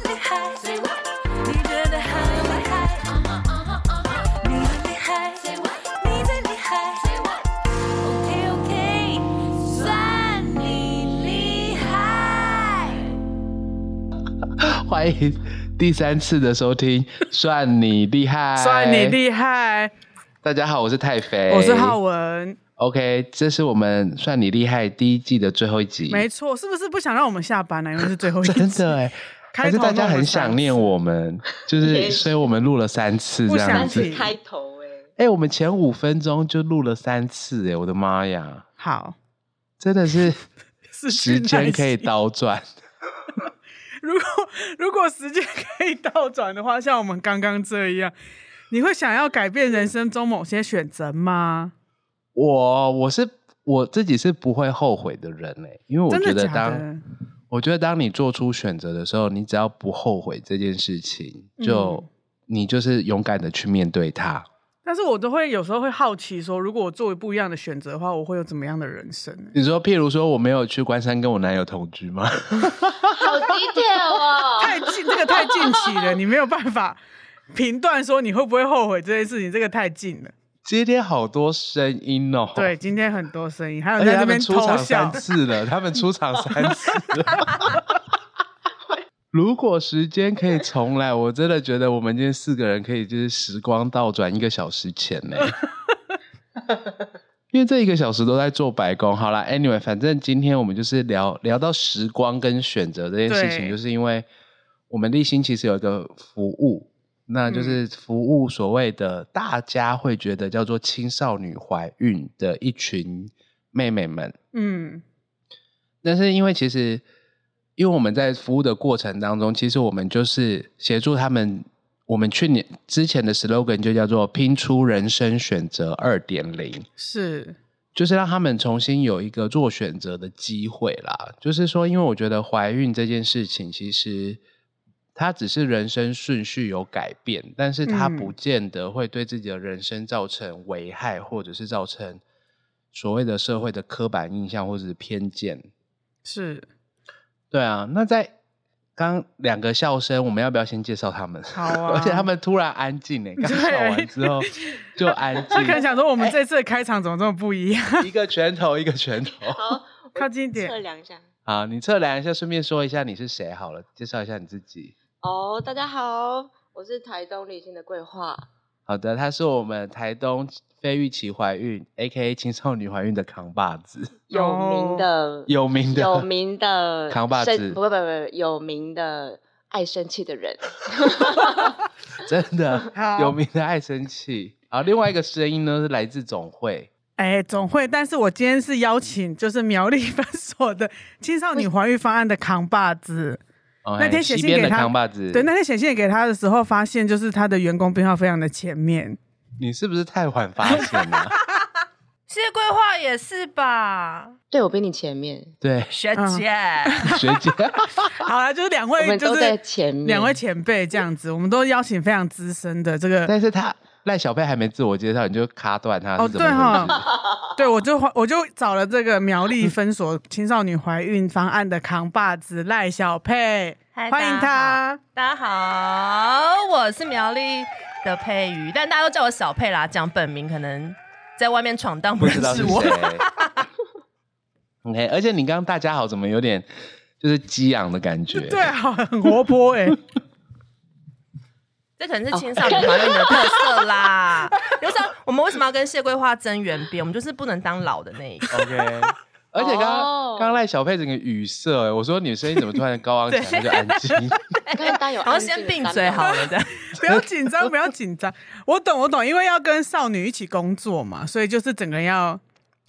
Say what？你真的好厉害，你很厉害，Say what？你最厉害，Say what？OK OK，算你厉害。 欢迎第三次的收听，算你厉害，算你。厉害，大家好，我是太肥，我是浩。嗯文， OK，这是我们算你厉害第一季的最后一集，没错，是不是不想让我们下班啊呢、因为是最后一集，真的哎，还 开是头大家弄了很三想念我们，就是也所以我们录了三次不这想样三子次听。开头哎、欸，哎、我们前五分钟就录了三次哎，我的妈呀，好，真的 是失去时间耐可以心。倒转。如果如果时间可以倒转的话，像我们刚刚这样，你会想要改变人生中某些选择吗？我我是我自己是不会后悔的人哎，因为我真觉的得假当的？我觉得当你做出选择的时候，你只要不后悔这件事情，就、嗯你就是勇敢的去面对它。但是我都会有时候会好奇说，如果我作为不一样的选择的话，我会有怎么样的人生呢？你说，譬如说，我没有去关山跟我男友同居吗？ 好 detail 哦，太近，这个太近期了，你没有办法评断说你会不会后悔这件事情，这个太近了。今天好多声音哦，对，，今天很多声音，还有而在且这他边们出偷场笑三，次了，他们出场三次了。 如果时间可以重来，我真的觉得我们今天四个人可以就是时光倒转一个小时前呢、因为这一个小时都在做白工。好啦 a n y w a y 反正今天我们就是聊聊到时光跟选择这件事情，对就是因为我们立新其实有一个服务，那就是服务所谓的大家会觉得叫做青少女怀孕的一群妹妹们。嗯，但是因为其实，因为我们在服务的过程当中，其实我们就是协助他们。我们去年之前的 slogan 就叫做“拼出人生选择二点零”，是，就是让他们重新有一个做选择的机会啦。就是说，因为我觉得怀孕这件事情，其实它只是人生顺序有改变，但是它嗯不见得会对自己的人生造成危害，或者是造成所谓的社会的刻板印象或者是偏见。是，对啊，那在刚两个笑声，我们要不要先介绍他们？好啊 而且他们突然安静呢、刚笑完之后就安 他可能静，想说我哎们这次的开场怎么这么不一样？ 一个拳头一个拳头。好，我靠近一点测量一下。好，你测量一下，顺便说一下你是谁好了，介绍一下你自己。哦，大家好，我是台东理性的桂花，好的，她是我们台东飞玉琪怀孕 （A.K.A. 青少女怀孕）的扛把子，有名的、有名的，有名的扛把生子不不不不，有名的爱生气的人，真的 好有名的爱生气。好，另外一个声音呢是来自总会，哎，总会，但是我今天是邀请就是苗栗分所的青少女怀孕方案的扛把子。哦那嘿天写西信边给的他扛把子，对，那天显现给他的时候，发现就是他的员工编号非常的前面。你是不是太晚发现了？ 是规划也是吧，对我比你前面，对，学姐。学姐， 好了，就是两我位们就都在是前面，两位前辈这样子，我们都邀请非常资深的这个。但是他赖小佩还没自我介绍，你就卡断他哦是怎么回事？对对，我就我就找了这个苗栗分所青少女怀孕方案的扛把子赖小佩，嗨欢迎她。大家好，我是苗栗的佩瑜，但大家都叫我小佩啦，讲本名可能在外面闯荡不认知道 识是我。谁。OK，而且你刚刚大家好，怎么有点就是激昂的感觉？对，好，很活泼哎、这可能是青少年团的特 色啦。比如说，我们为什么要跟谢桂花争圆边？我们就是不能当老的那一个。 ，OK。而 且刚刚哦刚刚赖小佩整个语塞、欸，我说你声音怎么突然高昂 起来，他就安静。刚刚大家有然后安静先地闭三嘴秒好了，这样。不要紧张，不要紧张。我懂，我懂，因为要跟少女一起工作嘛，所以就是整个要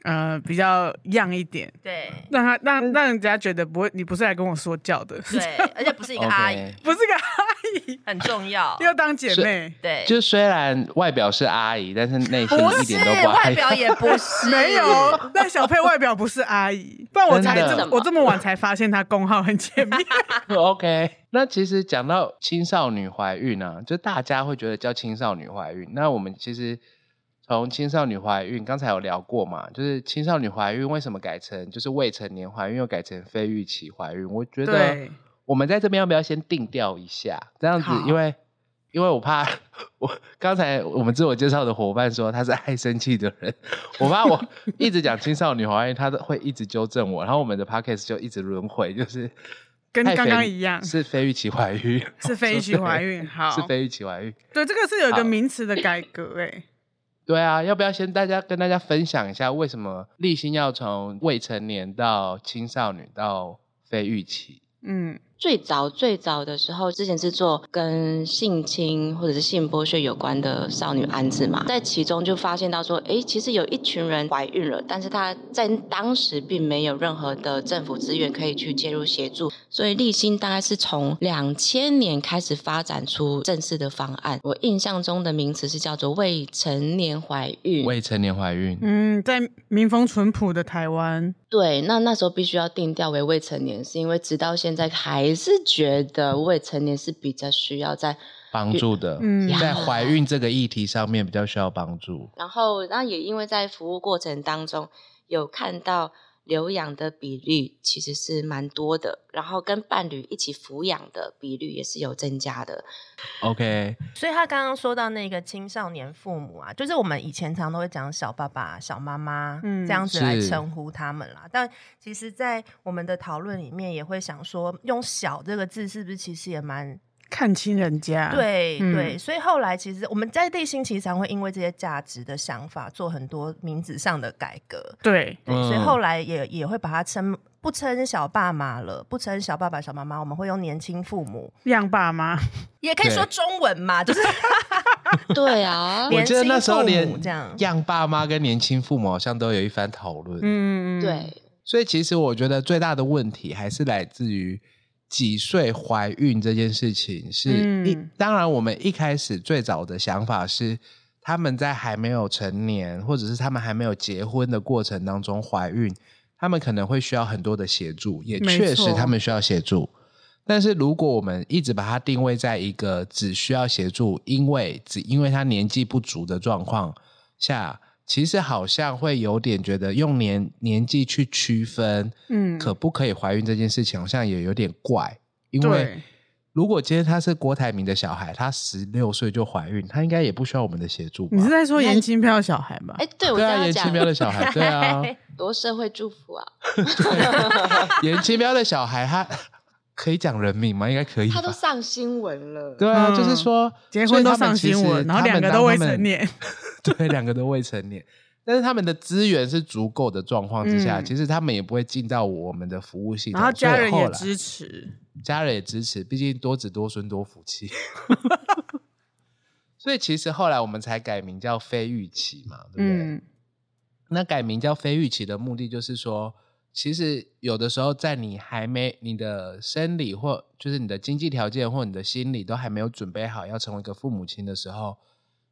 呃比较样一点，对让他让让人家觉得不会，你不是来跟我说教的，不是对，而且不是一个阿姨 OK，，个阿姨，很重要。要当姐妹。对，就虽然外表是阿姨，但是内心不一是点都不阿外姨。表也不是，没有，那小佩外表不是阿姨，不然我才真的这么我这么晚才发现她工号很前面。 OK，那其实讲到青少女怀孕啊，就大家会觉得叫青少女怀孕。那我们其实从青少女怀孕，刚才有聊过嘛，就是青少女怀孕为什么改成就是未成年怀孕，又改成非预期怀孕？我觉得对我们在这边要不要先定调一下？这样子好，因为因为我怕我刚才我们自我介绍的伙伴说他是爱生气的人，我怕 我一直讲青少女怀疑他的会一直纠正我，然后我们的 podcast 就一直轮回，就是跟太刚刚肥一样是非预期怀孕， 哦是非预期怀孕好 是非预期怀孕。对，这个是有一个好名词的改革、欸，对啊，要不要先大家跟大家分享一下，为什么立新要从未成年到青少女到非预期？嗯，最早最早的时候，之前是做跟性侵或者是性剥削有关的少女安置嘛，在其中就发现到说，诶，其实有一群人怀孕了，但是她在当时并没有任何的政府资源可以去介入协助，所以立新大概是从两千年开始发展出正式的方案。我印象中的名词是叫做未成年怀孕，未成年怀孕，嗯，在民风淳朴的台湾，对，那那时候必须要定调为未成年，是因为直到现在还是觉得未成年是比较需要在。帮助的，嗯在呀怀孕这个议题上面比较需要帮助。然后，那也因为在服务过程当中有看到留养的比率其实是蛮多的，然后跟伴侣一起抚养的比率也是有增加 的。 OK，所以他刚刚说到那个青少年父母啊，就是我们以前常都会讲小爸爸、小妈妈、嗯这样子来是称呼他们啦。但其实，在我们的讨论里面，也会想说，用“小”这个字是不是其实也蛮看清人啊家，，对、嗯对，所以后来其实我们在地心其实常会因为这些价值的想法做很多名字上的改革，对，对，嗯所以后来也也会把它称不称小爸妈了，不称小爸爸、小妈妈，我们会用年轻父母，样爸妈，也可以对说中文嘛，就是对啊，年我轻记得那时候父母连这样样爸妈跟年轻父母好像都有一番讨论。嗯，嗯，嗯对，所以其实我觉得最大的问题还是来自于几岁怀孕这件事情是。嗯一当然，我们一开始最早的想法是，他们在还没有成年，或者是他们还没有结婚的过程当中怀孕，他们可能会需要很多的协助，也没确错实他们需要协助。但是如果我们一直把它定位在一个只需要协助，因为只因为他年纪不足的状况下，其实好像会有点觉得用年年纪去区分，嗯可不可以怀孕这件事情，好像也有点怪，因对为。如果今天他是郭台铭的小孩，他十六岁就怀孕，他应该也不需要我们的协助吧你？是在说严金票小孩吧？哎，对我对这啊，样严讲清，标的小孩，对啊， 多社会祝福啊，严清标的小孩，他可以讲人名吗？应该可以他吧都？上新闻了。啊对啊，嗯就是说结婚都所以他们上其实新闻，然后他们两个当都未他们成年， 对，两个都未成年，但是他们的资源是足够的状况之下，嗯其实他们也不会进到我们的服务系统，然后家人所以也后来支持，家人也支持，毕竟多子多孙多福气。所以其实后来我们才改名叫非预期嘛，对不对？嗯那改名叫非预期的目的就是说，其实有的时候在你还没你的生理或就是你的经济条件或你的心理都还没有准备好要成为一个父母亲的时候，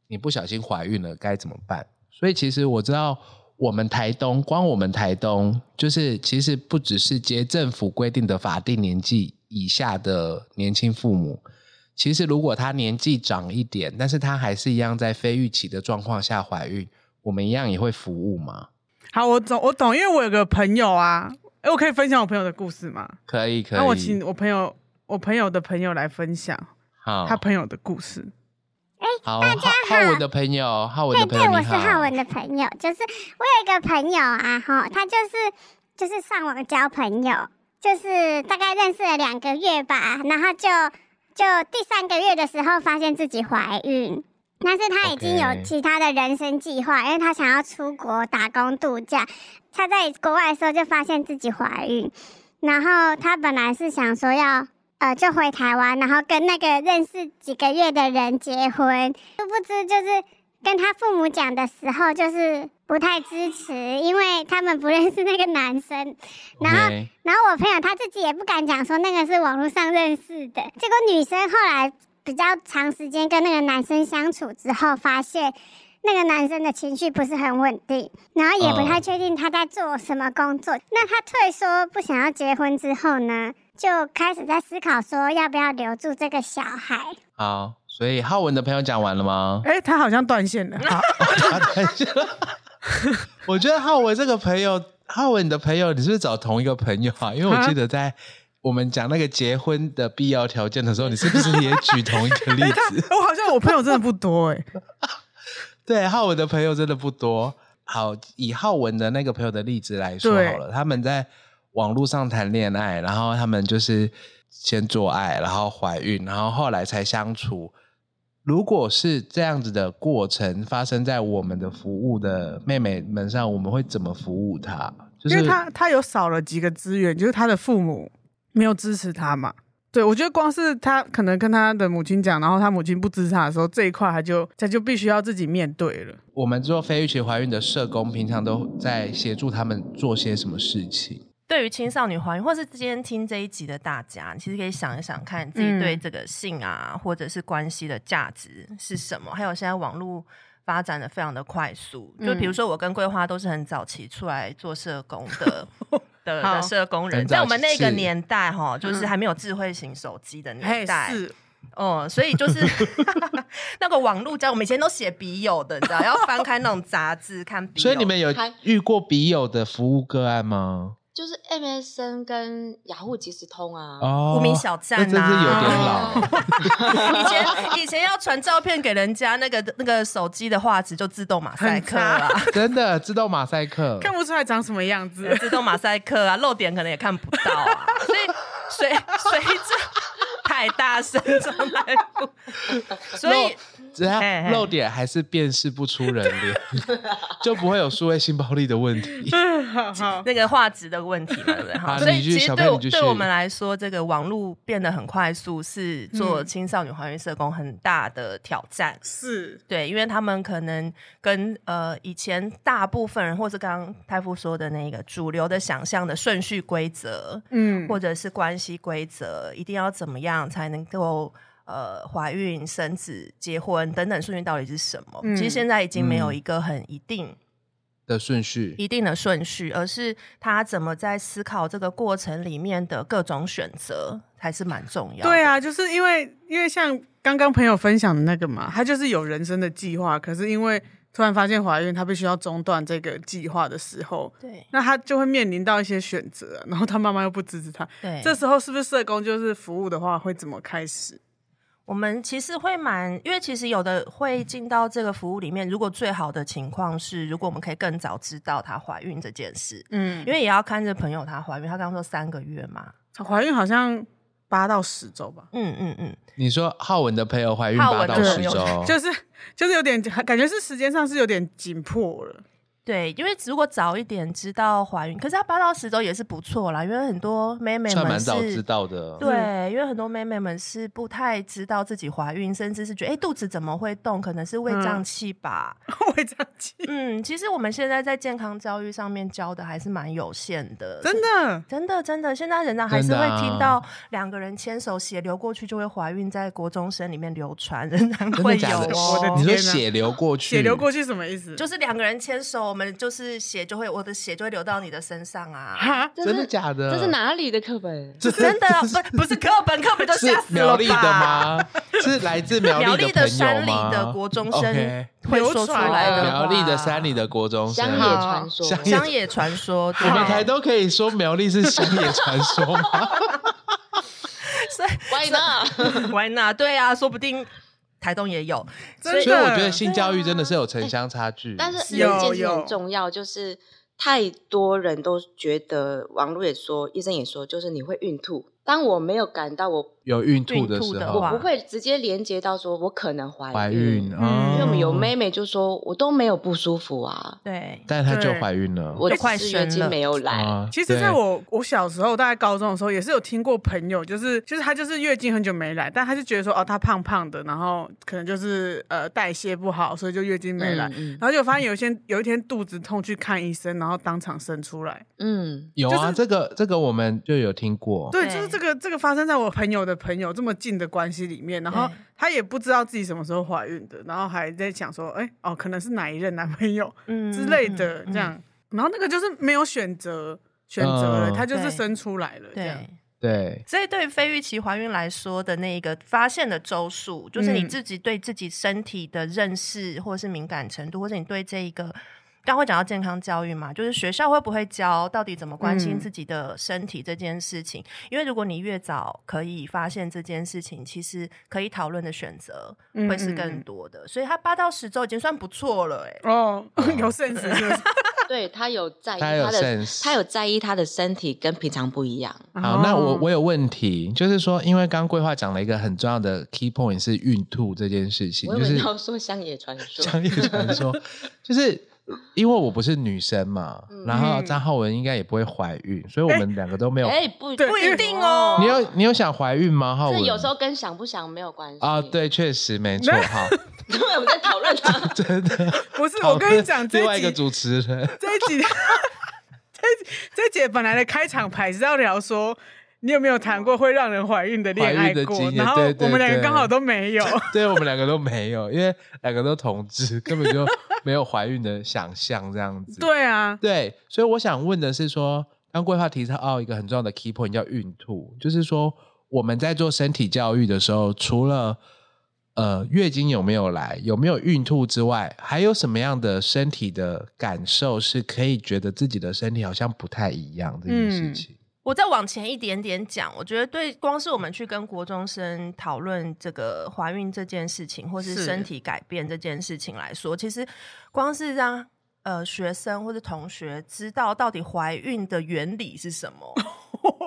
你不小心怀孕了该怎么办？所以其实我知道。我们台东，光我们台东，就是其实不只是接政府规定的法定年纪以下的年轻父母，其实如果他年纪长一点，但是他还是一样在非预期的状况下怀孕，我们一样也会服务吗？好，我懂，我懂，因为我有个朋友啊，哎，我可以分享我朋友的故事吗？可以，可以。那我请我朋友，我朋友的朋友来分享好，他朋友的故事。好，浩浩文的朋友，浩文对的朋友，对，我你是好，浩文的朋友，就是我有一个朋友啊，哈，他就是就是上网交朋友，就是大概认识了两个月吧，然后就就第三个月的时候发现自己怀孕。但是他已经 OK 有其他的人生计划因为他想要出国打工度假。他在国外的时候就发现自己怀孕，然后他本来是想说要呃就回台湾，然后跟那个认识几个月的人结婚，殊不知就是跟他父母讲的时候就是不太支持，因为他们不认识那个男生，然后 OK 然后我朋友他自己也不敢讲说那个是网络上认识的，结果女生后来比较长时间跟那个男生相处之后，发现那个男生的情绪不是很稳定，然后也不太确定他在做什么工作。那他退缩不想要结婚之后呢，就开始在思考说要不要留住这个小孩。好，所以浩文的朋友讲完了吗？哎，他好像 断线了，好，啊等一下我觉得浩文这个朋友，浩文你的朋友，你是不是找同一个朋友啊？因为我记得在。我们讲那个结婚的必要条件的时候，你是不是也举同一个例子？哎我好像我朋友真的不多哎、对，浩文的朋友真的不多。好，以浩文的那个朋友的例子来说对好了，他们在网络上谈恋爱，然后他们就是先做爱，然后怀孕，然后后来才相处。如果是这样子的过程发生在我们的服务的妹妹们上，我们会怎么服务她？就是因为他他有少了几个资源，就是他的父母没有支持他嘛。对，我觉得光是他可能跟他的母亲讲，然后他母亲不支持他的时候，这一块他就他就必须要自己面对了。我们做非预期怀孕的社工，平常都在协助他们做些什么事情？对于青少年怀孕，或是今天听这一集的大家，你其实可以想一想看自己嗯对这个性啊，或者是关系的价值是什么。还有现在网络发展的非常的快速，就嗯比如说我跟桂花都是很早期出来做社工的。的好的社工人，很早期在我们那个是年代哈，就是还没有智慧型手机的年嗯嘿，代，嗯是哦，所以就是 那个网络家，我们以前都写笔友的，你知道，要翻开那种杂志看笔友。所以你们有还遇过笔友的服务个案吗？就是 MSN 跟雅虎即时通啊。哦无名小站那真是有点啊老。以前以前要传照片给人家，那个那个手机的画质就自动马赛克啊， 真的自动马赛克，看不出来长什么样子。自动马赛克啊，漏点可能也看不到 啊，所以随随着太大声中来不，所以只要嘿嘿漏点还是辨识不出人 脸，就不会有数位性暴力的问题。嗯好好， 那个画质的问题嘛，对不对？好哈，所以你继续其实小对佩我你继续对我们来说，这个网络变得很快速，是做嗯青少年还原社工很大的挑战。是对，因为他们可能跟呃以前大部分人，或是刚刚太傅说的那个主流的想象的顺序规则，嗯，或者是关系规则，一定要怎么样才能够呃怀孕、生子、结婚等等顺序到底是什么？嗯其实现在已经没有嗯一个很一定。的顺序，一定的顺序，而是他怎么在思考这个过程里面的各种选择才是蛮重要的。对，啊，就是因为因为像刚刚朋友分享的那个嘛，他就是有人生的计划，可是因为突然发现怀孕，他必须要中断这个计划的时候，对那他就会面临到一些选择，然后他妈妈又不支持他，对，这时候是不是社工就是服务的话会怎么开始？我们其实会蛮，因为其实有的会进到这个服务里面，如果最好的情况是，如果我们可以更早知道她怀孕这件事，嗯因，为也要看着朋友她怀孕，她刚刚说三个月嘛，怀孕好像八到十周吧，嗯嗯嗯，你说浩文的朋友怀孕浩文八的到十朋友周，就是就是有点感觉是时间上是有点紧迫了， 对，因为如果早一点知道怀孕，可是她八到十周也是不错啦，因为很多妹妹算们蛮是早知道的。对，因为很多妹妹们是不太知道自己怀孕，甚至是觉得哎、诶肚子怎么会动，可能是胃胀气吧。我会这样记，嗯其实我们现在在健康教育上面教的还是蛮有限的，真。的真的，真的，现在仍然还是真的会啊听到两个人牵手血流过去就会怀孕，在国中生里面流传，仍然真会的假有的？我的哦你。说天哪血流过去，血流过去什么意思？就是两个人牵手，我们就是血就会，我的血就会流到你的身上啊！ 哈，这真的是假的？这是哪里的课本？这？真的，不不是课本，课本都是吓死苗了吧？栗的吗？ 是来自苗苗栗栗的的朋友山里吗？的国中生 OK 会说出来的苗话栗的山里的国中生，乡野传说，乡乡野传说，对我们台都可以说苗栗是乡野传说吗？所以 Why not？ why not？对啊，说不定台东也有，真所以所以我觉得性教育真的是有城乡差距。但是有有一件事有很重要，就是太多人都觉得，网络也说，医生也说，就是你会孕吐。当我没有感到我有孕吐的孕吐时的候话，不会直接连接到说我可能怀怀孕孕，，嗯，因为我们有妹妹就说我都没有不舒服啊，对，但她就对怀孕了。我就快只是月生经了没有来，啊其实，对在我我小时候，大概高中的时候，也是有听过朋友，就是就是他就是月经很久没来，但他就觉得说，哦，他胖胖的，然后可能就是呃代谢不好，所以就月经没来。嗯然啊后就发现有一天有一天肚子痛去看医生，然后当场生出来。嗯，有啊，这个这个我们就有听过。对，对就是这个这个发生在我朋友的朋友这么近的关系里面，然后对他也不知道自己什么时候怀孕的，然后还在想说，哎、哦，可能是哪一任男朋友嗯之类的、嗯这样。然后那个就是没有选择选择了，嗯他就是对生出来了，这样对。对，所以，对于非预期怀孕来说的那一个发现的周数，就是你嗯自己对自己身体的认识，或者是敏感程度，或者你对这一个刚会讲到健康教育嘛，就是学校会不会教到底怎么关心嗯自己的身体这件事情？因为如果你越早可以发现这件事情，其实可以讨论的选择嗯会是更嗯多的。所以他八到十周已经算不错了、欸，哦，有 sense 是不 是？对他有在意他有他的 sense，他有在意他的身体跟平常不一样。好，那我哦我有问题，就是说，因为刚规划讲了一个很重要的 key point 是孕吐这件事情，我以就为是要说乡野传说，商业传 说，就是因为我不是女生嘛，嗯然后张浩文应该也不会怀孕，所以我们两个都没有。哎，不对不一定哦你有你有想怀孕吗？浩文这有时候跟想不想没有关系啊，，对，确实没错，好， 因为我们在讨论他。 真的。不是，我跟你讲，这另外一一个集主持人，这一集 这一集这一集本来的开场牌是要聊说。你有没有谈过会让人怀孕的怀恋爱孕的过经？验然后对对我们两个对刚好都没 有，对我们两个都没有，因为两个都同志，根本就没有怀孕的想象，这样子。对 啊，对，所以我想问的是说，刚规划提到一个很重要的 key point 叫孕吐，就是说我们在做身体教育的时候，除了呃月经有没有来、有没有孕吐之外，还有什么样的身体的感受是可以觉得自己的身体好像不太一样这件事嗯情？我再往前一点点讲，我觉得对，光是我们去跟国中生讨论这个怀孕这件事情，或是是身体改变这件事情来说，其实光是让呃学生或者同学知道到底怀孕的原理是什么，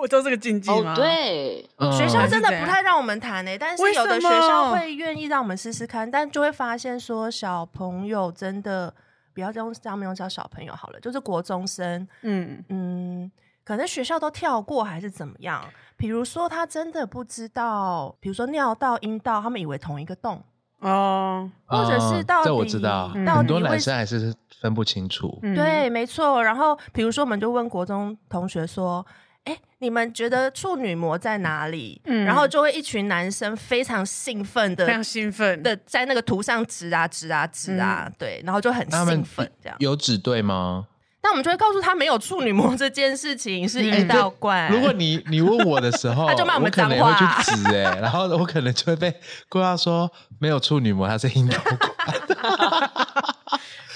都是个禁忌吗？哦，，对，嗯学校真的是这样不太让我们谈诶、欸但是为有的什学么校会愿意让我们试试看，但就会发现说小朋友真的不要再用上面用叫小朋友好了，就是国中生，嗯，嗯，可能学校都跳过还是怎么样？比如说他真的不知道，比如说尿道、阴道，他们以为同一个洞，哦，或者是嗯到这我底知道，很嗯到多底男为生还是分不清楚。嗯对，，没错。然后比如说，我们就问国中同学说。哎，你们觉得处女膜在哪里？嗯然后就会一群男生非常兴奋非的常兴奋，的在那个图上指啊指啊指啊，嗯对，然后就很他们兴奋这样。有指对吗？但我们就会告诉他没有处女膜这件事情是哎一这道罐。如果你你问我的时候， 他就骂我我们可能也脏会话去指 哎、然后我可能就会被规划说没有处女膜，它是阴道 管，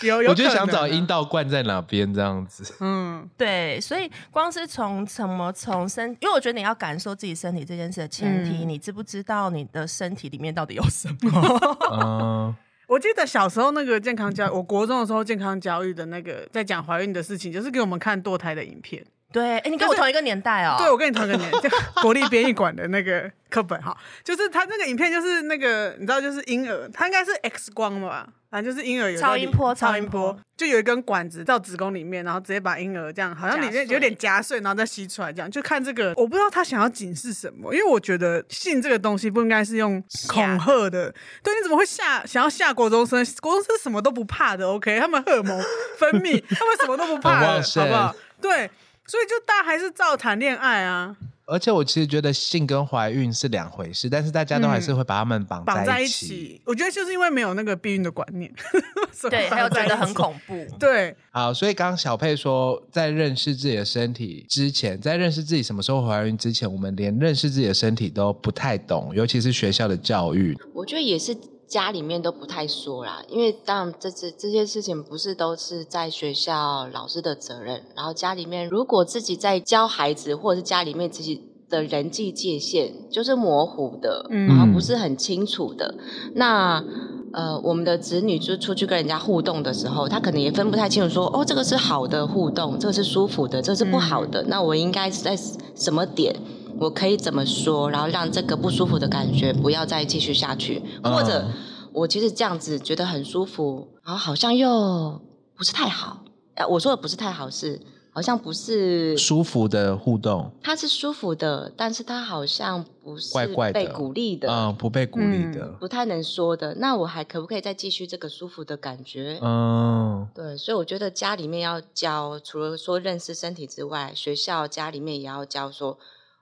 有有，啊我就想啊找阴，道冠在哪边这样 子。嗯对，所以光是从怎么从身，因为我觉得你要感受自己身体这件事的前提，嗯你知不知道你的身体里面到底有什 么？嗯，我记得小时候那个健康教，我国中的时候健康教育的那个在讲怀孕的事情，就是给我们看堕胎的影片。对，哎，你跟我同一个年代哦。对，我跟你同一个年， 就国立编译馆的那个课本哈，就是他那个影片就是那个，你知道，就是婴儿，他应该是 X 光吧，反正就是婴儿有超音波超超音音波波，就有一根管子到子宫里面，然后直接把婴儿这样，好像里面夹碎有点夹碎，然后再吸出来，这样就看这个，我不知道他想要警示什么，因为我觉得性这个东西不应该是用恐吓的，对，你怎么会吓想要吓国中生？国中生什么都不怕的，OK，他们荷尔蒙分泌，他们什么都不怕很的，旺盛好不好？对。所以就大家还是照谈恋爱啊，而且我其实觉得性跟怀孕是两回事，但是大家都还嗯是会把他们绑绑在一一。起。我觉得就是因为没有那个避孕的观念， 所以对，还有绑在觉一得很起。恐怖。对，好，所以刚刚小佩说，在认识自己的身体之前，在认识自己什么时候怀孕之前，我们连认识自己的身体都不太懂，尤其是学校的教育。我觉得也是家里面都不太说啦，因为当然这这这些事情不是都是在学校老师的责任，然后家里面如果自己在教孩子，或者是家里面自己的人际界限就是模糊的，嗯然后不是很清楚的，那。呃，我们的子女就出去跟人家互动的时候，他可能也分不太清楚说，哦，这个是好的互动，这个是舒服的，这个是不好嗯的。那我应该是在什么点我可以怎么说，然后让这个不舒服的感觉不要再继续下去，嗯或者我其实这样子觉得很舒服，然后好像又不是太好。呃，我说的不是太好是，好像不是，舒服的互动，它是舒服的，但是它好像不是怪怪的被鼓励的，嗯，不被鼓励的，不太能说的。那我还可不可以再继续这个舒服的感觉？嗯对，所以我觉得家里面要教，除了说认识身体之外，学校家里面也要教说，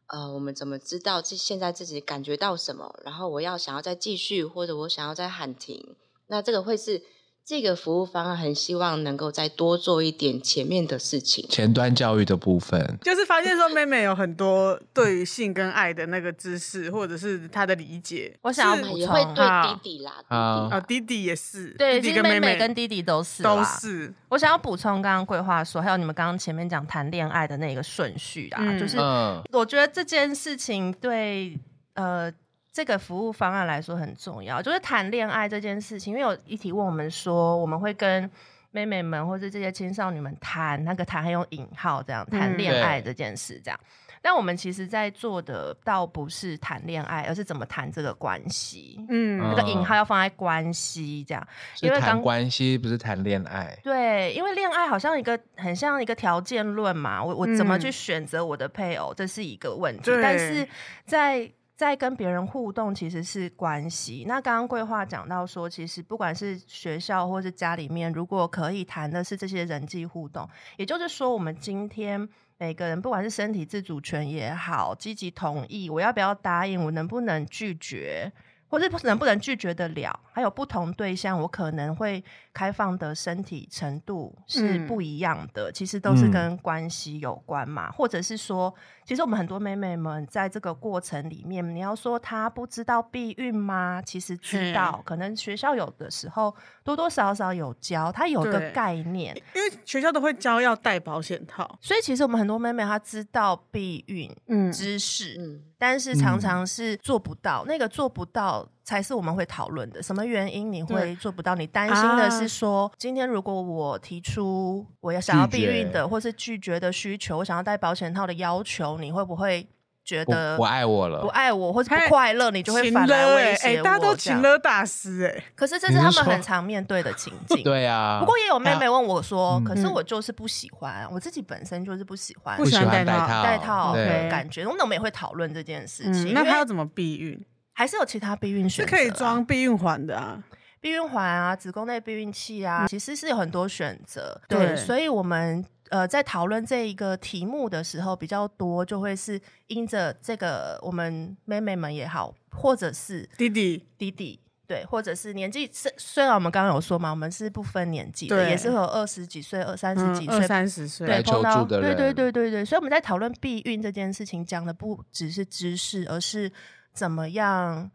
呃，我们怎么知道自现在自己感觉到什么，然后我要想要再继续，或者我想要再喊停，那这个会是这个服务方案很希望能够再多做一点前面的事情。前端教育的部分，就是发现说妹妹有很多对于性跟爱的那个知识，或者是她的理解。我想要是补也充会啊对弟弟啦，啊啊，弟弟也是，对，弟其弟实跟妹妹跟弟弟都是都啦是，我想要补充刚刚规划说，还有你们刚刚前面讲谈恋爱的那个顺序啊，嗯就是嗯，我觉得这件事情对呃这个服务方案来说很重要，就是谈恋爱这件事情，因为有一题问我们说，我们会跟妹妹们或是这些青少年们谈那个谈还用引号这样谈嗯恋爱这件事这样。但我们其实，在做的倒不是谈恋爱，而是怎么谈这个关系。嗯那个引号要放在关系这样，是因为谈刚关系，不是谈恋爱。对，因为恋爱好像一个很像一个条件论嘛，我我怎么去嗯选择我的配偶，这是一个问题。对但是在在跟别人互动其实是关系。那刚刚桂花讲到说，其实不管是学校或是家里面，如果可以谈的是这些人际互动，也就是说，我们今天每个人不管是身体自主权也好，积极同意，我要不要答应，我能不能拒绝，或是能不能拒绝得了，还有不同对象，我可能会开放的身体程度是嗯不一样的，其实都是嗯跟关系有关嘛，或者是说，其实我们很多妹妹们在这个过程里面，你要说她不知道避孕吗？其实知是道，可能学校有的时候多多少少有教，她有个对概念。因为学校都会教要戴保险套，所以其实我们很多妹妹她知道避孕嗯知识，嗯，但是常常是做不到。那个做不到才是我们会讨论的，什么原因你会对做不到？你担心的是啊说，今天如果我提出我要想要避孕拒绝的，或是拒绝的需求，我想要戴保险套的要求，你会不会觉不得不爱我了，不爱我，或是不太快乐，你就会情反来勒欸威胁我？大家都这样情勒大师哎、可是这你是是他们说很常面对的情 境。对啊，不过也有妹妹问我说：“嗯可是我就是不喜欢，我自己本身就是不喜欢不喜喜欢欢戴套，套戴套对的，OK 感觉。”那我们也会讨论这件事情，哦嗯，因那为他要怎么避孕？还是有其他避孕选是择啊，可以装避孕环的啊，避孕环啊、子宫内避孕器啊，其实是有很多选择。对对，所以我们呃在讨论这一个题目的时候，比较多就会是因着这个我们妹妹们也好，或者是弟弟，弟弟。对，或者是年纪，虽虽然我们刚刚有说嘛，我们是不分年纪的，对也是会有二十几岁、二三十几嗯，二岁、三十岁，来对，求碰到助的对对人对对对，所以我们在讨论避孕这件事情，讲的不只是知识，而是怎么样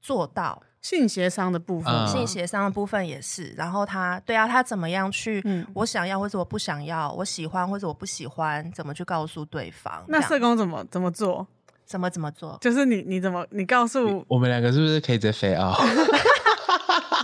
做到性协商的部分，啊嗯性协商的部分也是。然后他对啊，他怎么样去、嗯我想要或者我不想要，我喜欢或者我不喜欢，怎么去告诉对方？那这社样工怎么怎么做？怎么怎么做？就是你你怎么你告诉我们两个是不是可以直接飞啊？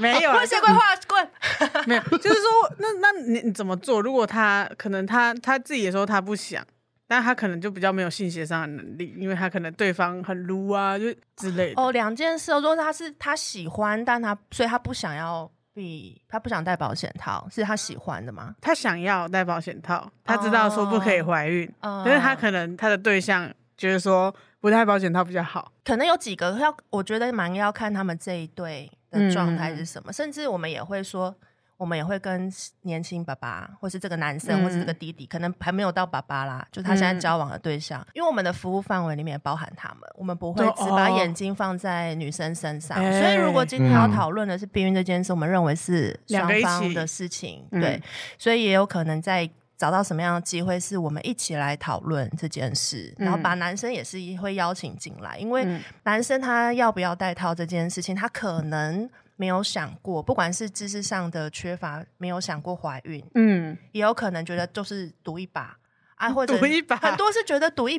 没有啊？关就系规划滚，没有，就是说，那那你你怎么做？如果他可能他他自己也说他不想，但他可能就比较没有性协商的能力，因为他可能对方很撸啊，就之类的。 哦，两件事哦。如果他是他喜欢，但他所以他不想要避，他不想戴保险套，是他喜欢的吗？他想要戴保险套，他知道说不可以怀孕，哦但是他可能他的对象觉得说不戴保险套比较好。可能有几个要，我觉得蛮要看他们这一对的状态是什嗯么。甚至我们也会说，我们也会跟年轻爸爸，或是这个男生，嗯或是这个弟弟，可能还没有到爸爸啦，就他现在嗯交往的对象。因为我们的服务范围里面也包含他们，我们不会就只把哦眼睛放在女生身上。哎所以，如果今天要嗯讨论的是避孕这件事，我们认为是两双个一方起的事情，嗯对，所以也有可能在。找到什么样的机会，是我们一起来讨论这件事，然后嗯把男生也是会邀请进来，因为嗯男生他要不要戴套这件事情，他可能没有想过，不管是知识上的缺乏，没有想过怀孕，嗯，也有可能觉得就是赌一把啊，或 者赌一把很多是觉得赌一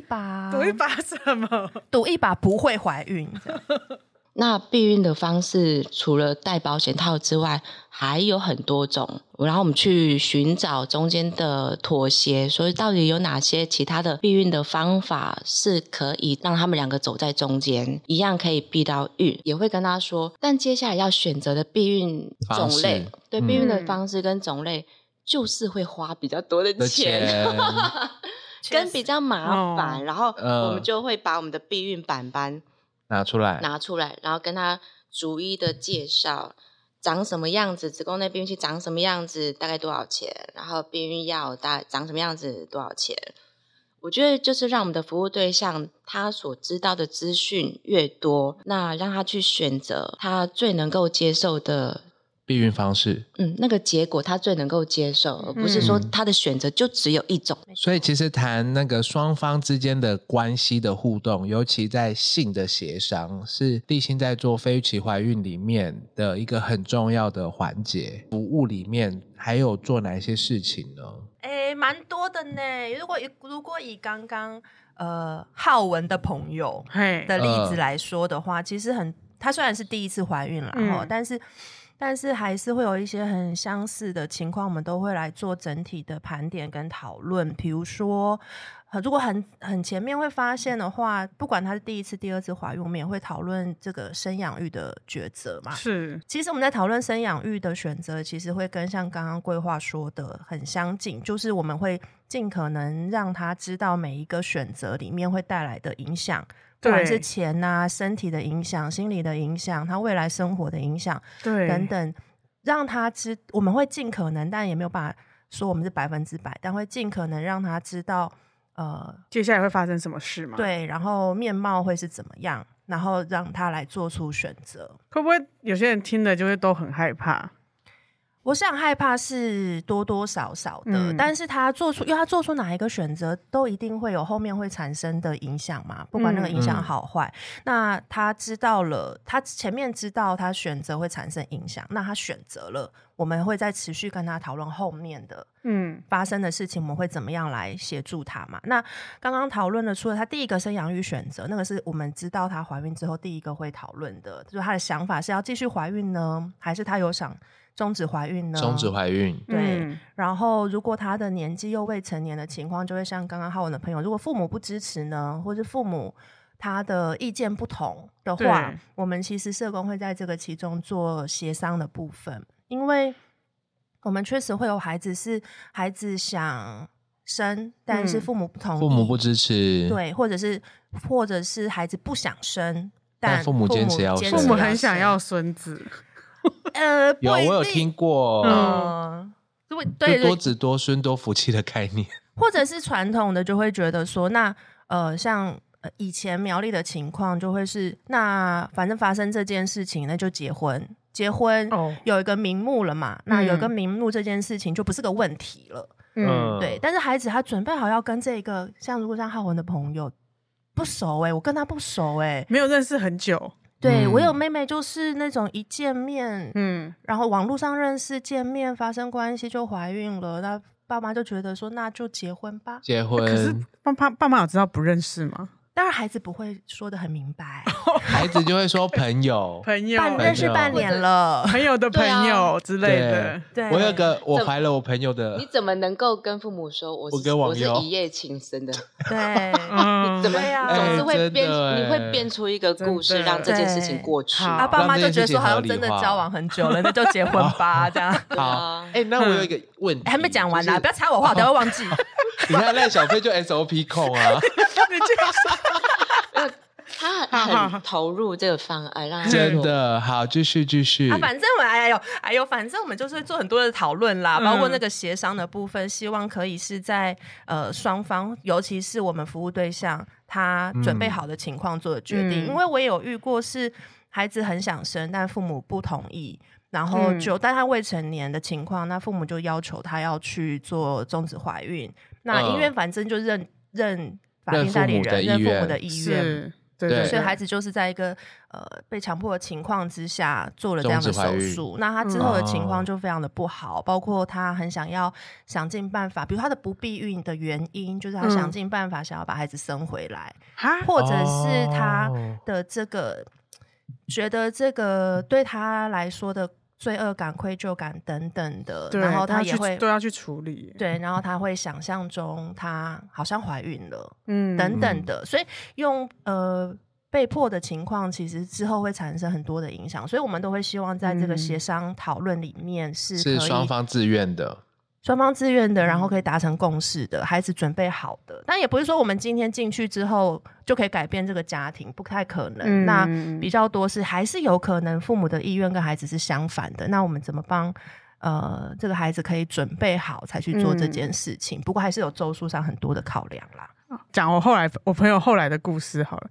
把，赌一，把什么？赌一把不会怀孕， 这样那避孕的方式除了戴保险套之外，还有很多种。然后我们去寻找中间的妥协，所以到底有哪些其他的避孕的方法是可以让他们两个走在中间，一样可以避到孕，也会跟他说。但接下来要选择的避孕方种式类，对嗯避孕的方式跟种类，就是会花比较多的的钱 跟比较麻烦，哦然后嗯我们就会把我们的避孕板板拿出来， 拿出来，然后跟他逐一的介绍长什么样子，子宫内避孕器长什么样子，大概多少钱，然后避孕药大长什么样子，多少钱。我觉得就是让我们的服务对象他所知道的资讯越多，那让他去选择他最能够接受的避孕方式。嗯，那个结果他最能够接受，而不是说嗯他的选择就只有一种。所以其实谈那个双方之间的关系的互动，尤其在性的协商，是立新在做非预期怀孕里面的一个很重要的环节。服务里面还有做哪一些事情呢？哎，蛮多的呢。如果以如果以刚刚呃浩文的朋友嘿，的例子来说的话，其实很，她虽然是第一次怀孕了嗯哈、但是但是还是会有一些很相似的情况，我们都会来做整体的盘点跟讨论。比如说，呃如果很很前面会发现的话，不管她是第一次、第二次怀孕，我们也会讨论这个生养育的抉择嘛。是，其实我们在讨论生养育的选择，其实会跟像刚刚规划说的很相近，就是我们会尽可能让他知道每一个选择里面会带来的影响，不管是对钱呐、身体的影响、心理的影响、他未来生活的影响对，等等，让他知我们会尽可能，但也没有办法说我们是百分之百，但会尽可能让他知道，呃，接下来会发生什么事吗？，对，然后面貌会是怎么样，然后让他来做出选择。会不会有些人听了就会都很害怕？我想害怕是多多少少的，嗯但是他做出，因为他做出哪一个选择，都一定会有后面会产生的影响嘛，不管那个影响好坏。那他知道了，他前面知道他选择会产生影响，那他选择了，我们会再持续跟他讨论后面的嗯，发生的事情，我们会怎么样来协助她嘛？那刚刚讨论的，除了她第一个生养育选择，那个是我们知道她怀孕之后第一个会讨论的，就是她的想法是要继续怀孕呢，还是她有想终止怀孕呢？终止。怀孕，对嗯然后，如果她的年纪又未成年的情况，就会像刚刚浩文的朋友，如果父母不支持呢，或是父母他的意见不同的话对，我们其实社工会在这个其中做协商的部分，因为我们确实会有孩子是孩子想生，但是嗯父母不同意，父母不支持，，对，或者是或者是孩子不想生。但但父母坚持要坚生父母很生想要孙子，呃，不有一我有定听过，嗯呃，如果对就对多子多孙多福气的概念。 或者是传统的就会觉得说，那呃，像呃以前苗栗的情况就会是，那反正发生这件事情，那就结婚，结婚、哦有一个名目了嘛，那有一个嗯名目这件事情就不是个问题了，呃嗯，对。但是孩子他准备好要跟这个，像如果像浩文的朋友。不熟哎、我跟他不熟哎、没有认识很久，对、嗯我有妹妹，就是那种一见面，嗯，然后网络上认识、见面、发生关系就怀孕了，那爸妈就觉得说那就结婚吧，结可是婚，爸爸爸妈有知道不认识吗？当然，孩子不会说的很明白，孩子就会说 朋友。朋友半认认识识半半年年了，朋友的朋友之类的，对，我有个，我怎怀了我朋友的你，怎么能够跟父母说我是我跟网是友一夜情 生的？对，嗯，怎么、对啊总是哎会编、真的哎你会编出一个故真事的让这件事情过去？对他好爸妈让就这件觉得事情说好合像理真的化交往很久了，那就结婚 吧，这样。对好啊，，哎，那我有一个问题，嗯还没讲完就呢，是不要插我话，我等下会忘记。 你看赖小飞就 SOP 控 啊，你这样说他好好好很投入这个方案，让他真的好，继续继续啊，。反正我哎呦哎呦，反正我们就是会做很多的讨论啦，嗯包括那个协商的部分，希望可以是在呃双方，尤其是我们服务对象他准备好的情况做的决定。嗯因为我也有遇过是孩子很想生，但父母不同意。然后嗯就，但他未成年的情况，那父母就要求他要去做终止怀孕。那嗯医院反正就认认法认定代理父母的人，认意父母愿的意愿是，对对所以孩子子就是在一个呃被强迫的情况之下做了这样的终止怀手孕术。那他之后的情嗯况就非常的不好，包括他很想要想尽办法，比如他的不避孕的原因，就是他嗯想尽办法想要把孩子生回来，哈，或者是他哦的这个觉得这个对他来说的罪恶感、愧疚感等等的，对，然后都他要也去会都要去处理，对，然后他会想象中他好像怀孕了。嗯，等等的，所以用呃被迫的情况，其实之后会产生很多的影响，所以我们都会希望在这个嗯协商讨论里面是可以是双方自愿的，双方自愿的，嗯然后可以达成共识的，孩子准备好的，但也不是说我们今天进去之后就可以改变这个家庭，不太可能。嗯那比较多是还是有可能父母的意愿跟孩子是相反的，那我们怎么帮？呃，这个孩子可以准备好才去做这嗯件事情，不过还是有周数上很多的考量啦。讲我后来我朋友后来的故事好了，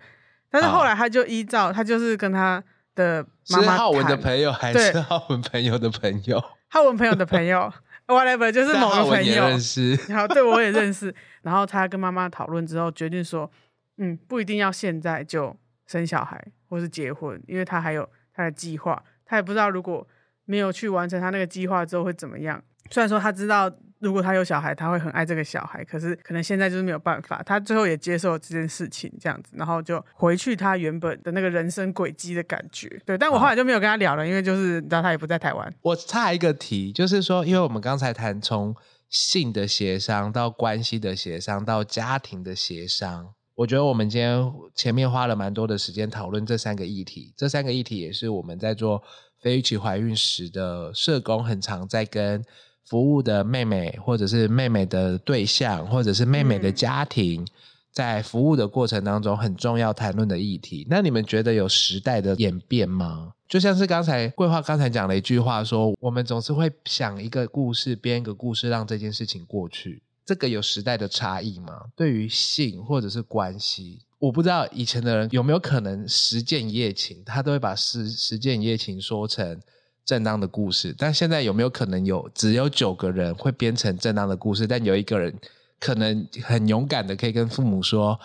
但是好后来他就依照他就是跟他的妈哦是妈浩文的谈朋友还对是浩文朋友的朋友？浩文朋友的朋友 ，whatever，就是但某浩个文朋也友。认识。然后对我也认识，然后他跟妈妈讨论之后，决定说，嗯，不一定要现在就生小孩或是结婚，因为他还有他的计划，他也不知道如果没有去完成他那个计划之后会怎么样。虽然说他知道如果他有小孩，他会很爱这个小孩，可是可能现在就是没有办法。他最后也接受了这件事情，这样子，然后就回去他原本的那个人生轨迹的感觉。对，但我后来就没有跟他聊了，因为就是你知道他也不在台湾。我插一个题，就是说，因为我们刚才谈从性的协商到关系的协商到家庭的协商，我觉得我们今天前面花了蛮多的时间讨论这三个议题，这三个议题也是我们在做非预期怀孕时的社工很常在跟。服务的妹妹，或者是妹妹的对象，或者是妹妹的嗯家庭，在服务的过程当中很重要谈论的议题。那你们觉得有时代的演变吗？就像是刚才桂花刚才讲了一句话说，我们总是会想一个故事，编一个故事，让这件事情过去。这个有时代的差异吗？对于性或者是关系，我不知道以前的人有没有可能实践一夜情，他都会把实实践一夜情说成正当的故事，但现在有没有可能有只有九个人会编成正当的故事，但有一个人可能很勇敢的可以跟父母说：“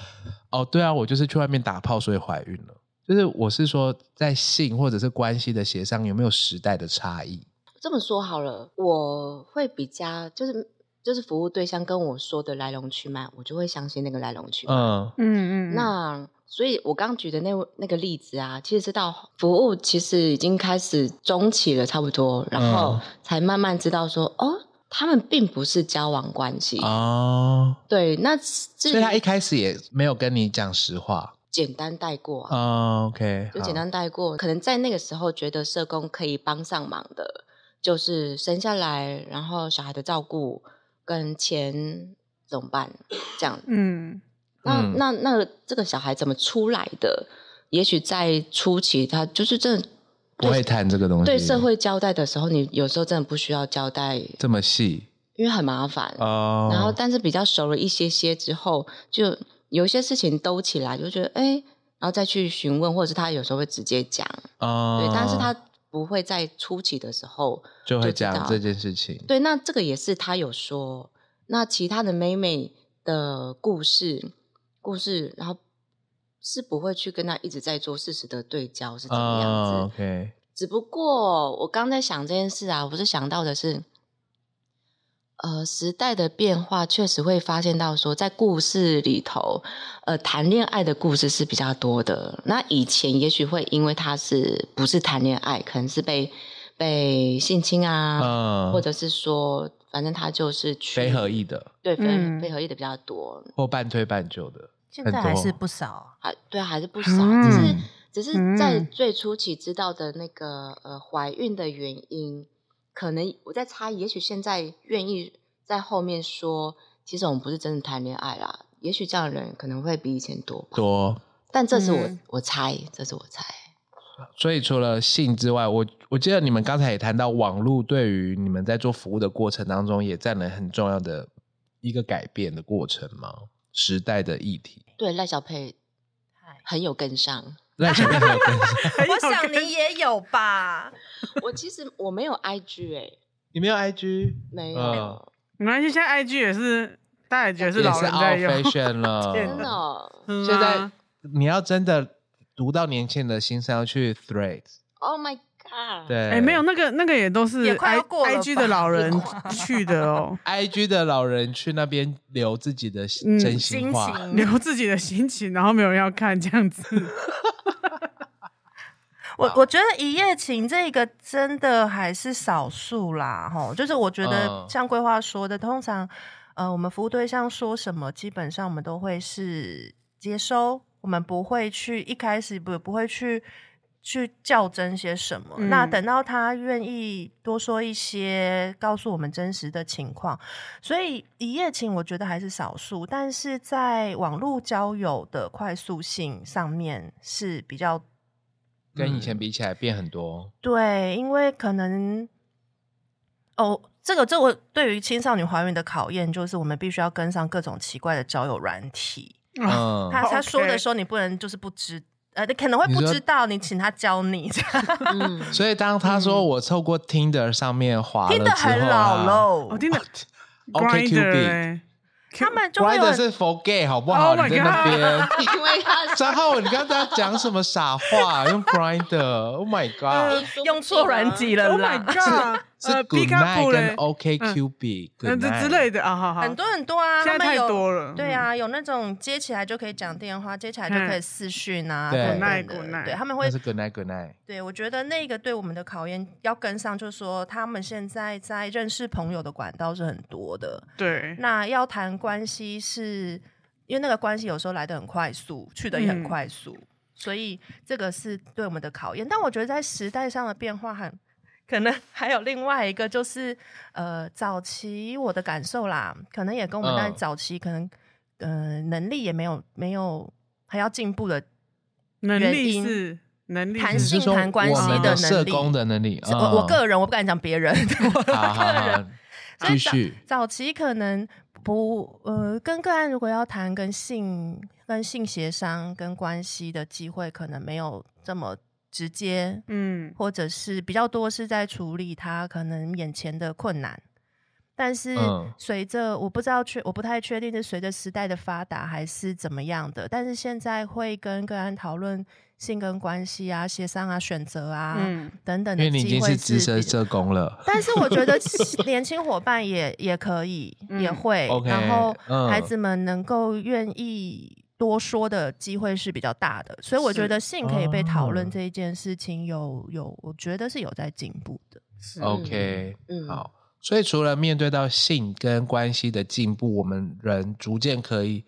哦，对啊，我就是去外面打炮，所以怀孕了。”就是我是说，在性或者是关系的协商有没有时代的差异？这么说好了，我会比较就是就是服务对象跟我说的来龙去脉，我就会相信那个来龙去脉。嗯嗯那所以，我刚举的那位那个例子啊，其实是到服务其实已经开始中期了，差不多，然后嗯才慢慢知道说，哦，他们并不是交往关系。哦，对，那所所以他一开始也没有跟你讲实话。简单带过啊，哦、OK，嗯就好简单带过。可能在那个时候觉得社工可以帮上忙的，就是生下来，然后小孩的照顾跟钱怎么办这样。嗯那嗯那那这个小孩怎么出来的？也许在初期，他就是真的不会谈这个东西，对社会交代的时候，你有时候真的不需要交代，这么细因为很麻烦。哦。然后，但是比较熟了一些些之后，就有一些事情兜起来，就觉得哎、然后再去询问，或者是他有时候会直接讲，哦，对，但是他不会在初期的时候，就就会知道讲这件事情。对，那这个也是他有说，那其他的妹妹的故事故事，然后是不会去跟他一直在做事实的对焦是怎么样子，哦 OK，只不过我刚在想这件事啊，我是想到的是，呃，时代的变化确实会发现到说，在故事里头，呃，谈恋爱的故事是比较多的。那以前也许会因为他是不是谈恋爱，可能是被被性侵啊，嗯，或者是说，反正他就是去非合意的对非、嗯非合意的比较多或半推半就的，现很在还多是不少。啊，对啊，还是不少，嗯只是嗯只是在嗯最初期知道的那个呃怀孕的原因，可能我在猜，也许现在愿意在后面说，其实我们不是真的谈恋爱啦，也许这样的人可能会比以前多吧。多。但这是我、嗯我猜，这是我猜。所以除了性之外，我我记得你们刚才也谈到网络对于你们在做服务的过程当中，也占了很重要的一个改变的过程吗？时代的议题，对赖小佩很有跟上。那前面还有跟上，我想你也有吧？我其实我没有 IG 哎、 你没有 IG，没有，嗯没关系，现在 IG 也是，大家也觉得是也老是人 out 在 用，嗯啊 fashion 了，天真的哦、是吗现在你要真的读到年轻人的心声，要去 Threads， o h Oh my god！对，哎、没有那个那个也都是也快 I 要过了吧 IG 的老人去的哦， IG 的老人去那边留自己的嗯真心心话，情，留自己的心情，然后没有人要看这 样子，我我觉得一夜情这个真的还是少数啦，吼，就是我觉得嗯像规划说的，通常呃，我们服务对象说什么，基本上我们都会是接收，我们不会去一开始不不会去去较真些什么。嗯那等到他愿意多说一些，告诉我们真实的情况，所以一夜情我觉得还是少数，但是在网络交友的快速性上面是比较跟以前比起来变很多。对，因为可能哦，这个这我对于青少年怀孕的考验，就是我们必须要跟上各种奇怪的交友软体。嗯，他他说 OK 的时候，你不能就是不知呃，可能会你不说知道，你请他教你，这样嗯， 所以当他说我透过 Tinder 上面滑了之听得后嗯很老啊喽我。哦听的 OK Grinder Cupid 哎，他们就会有，Grinder 很是 for gay 好不好 Oh my 你在那边。 因为他张浩，你刚刚讲什么傻话？用 Grinder，Oh my God，用啊错软体了 Oh 啦 my god！是呃 Good ，Pick Up Night 跟嘞， OK 嗯 Cupid，嗯， Good 这 night 之类的啊，好好， 很多很多啊，现在他们太有多了嗯对啊，有那种接起来就可以讲电话，接起来就可以私讯啊，对等等 Good night, 的 good night 对，他们会那是 Good Night，Good Night。对，我觉得那个对我们的考验要跟上，就是说他们现在在认识朋友的管道是很多的。对，那要谈关系是，因为那个关系有时候来的很快速，去的也很嗯快速，所以这个是对我们的考验。但我觉得在时代上的变化很。可能 还有另外一个就是，呃，早期我的感受啦，可能也跟我们嗯在早期可能，呃，能力也没有没有还要进步的能原力因是能力弹你是是性说谈关我系们的的能社力工的能力？是我我嗯个人我不敢讲别人， 对我好好个好人。所以继早续早期可能不呃，跟个案如果要谈跟性跟性协商跟关系的机会，可能没有这么直接，嗯或者是比较多是在处理他可能眼前的困难。但是嗯随着我不知道确我不太确定是随着时代的发达还是怎么样的，但是现在会跟个案讨论性跟关系啊、协商啊、选择啊、嗯，等等因的为你已机经会是资深比较社工 了，但是我觉 得年轻伙伴也也可以，也嗯会 OK，然后嗯孩子们能够愿意多说的机会是比较大的，所以我觉是得性可以被讨论哦这一件事情有有，我觉得是有在进步的。哦 OK，嗯好。所以除了面对到性跟关系的进步，我们人逐渐可以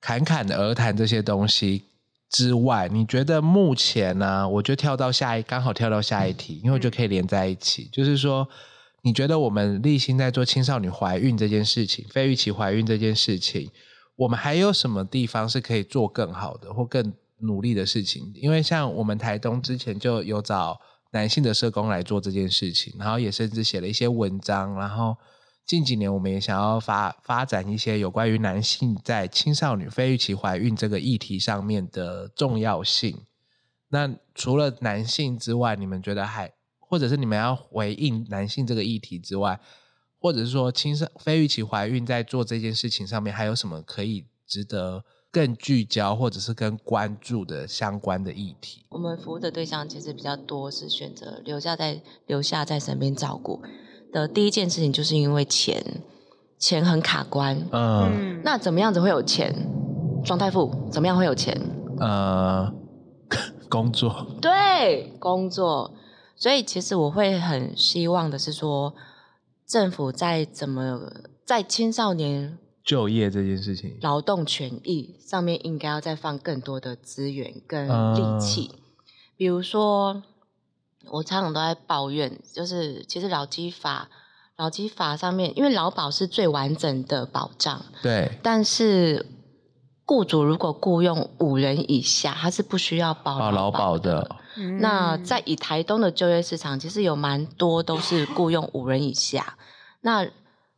侃侃而谈这些东西之外，你觉得目前呢、我就跳到下一，刚好跳到下一嗯题，因为我就可以连在一起。就是说，你觉得我们立新在做青少年怀孕这件事情，非预期怀孕这件事情，我们还有什么地方是可以做更好的或更努力的事情？因为像我们台东之前就有找男性的社工来做这件事情，然后也甚至写了一些文章，然后近几年我们也想要发发展一些有关于男性在青少年非预期怀孕这个议题上面的重要性。那除了男性之外，你们觉得还或者是你们要回应男性这个议题之外，或者是说青少非预期怀孕在做这件事情上面，还有什么可以值得更聚焦或者是更关注的相关的议题？我们服务的对象其实比较多是选择留下在留下在身边照顾的第一件事情，就是因为钱，钱很卡关。嗯嗯，那怎么样子会有钱？庄大夫怎么样会有钱？呃， 工作对，工作。所以其实我会很希望的是说，政府在怎么在青少年就业这件事情，劳动权益上面应该要再放更多的资源跟嗯力气。比如说，我常常都在抱怨，就是其实劳基法，劳基法上面，因为劳保是最完整的保障，对，但是雇主如果雇佣五人以下，他是不需要保保哦劳保的。的，嗯那在以台东的就业市场，其实有蛮多都是雇佣五人以下，那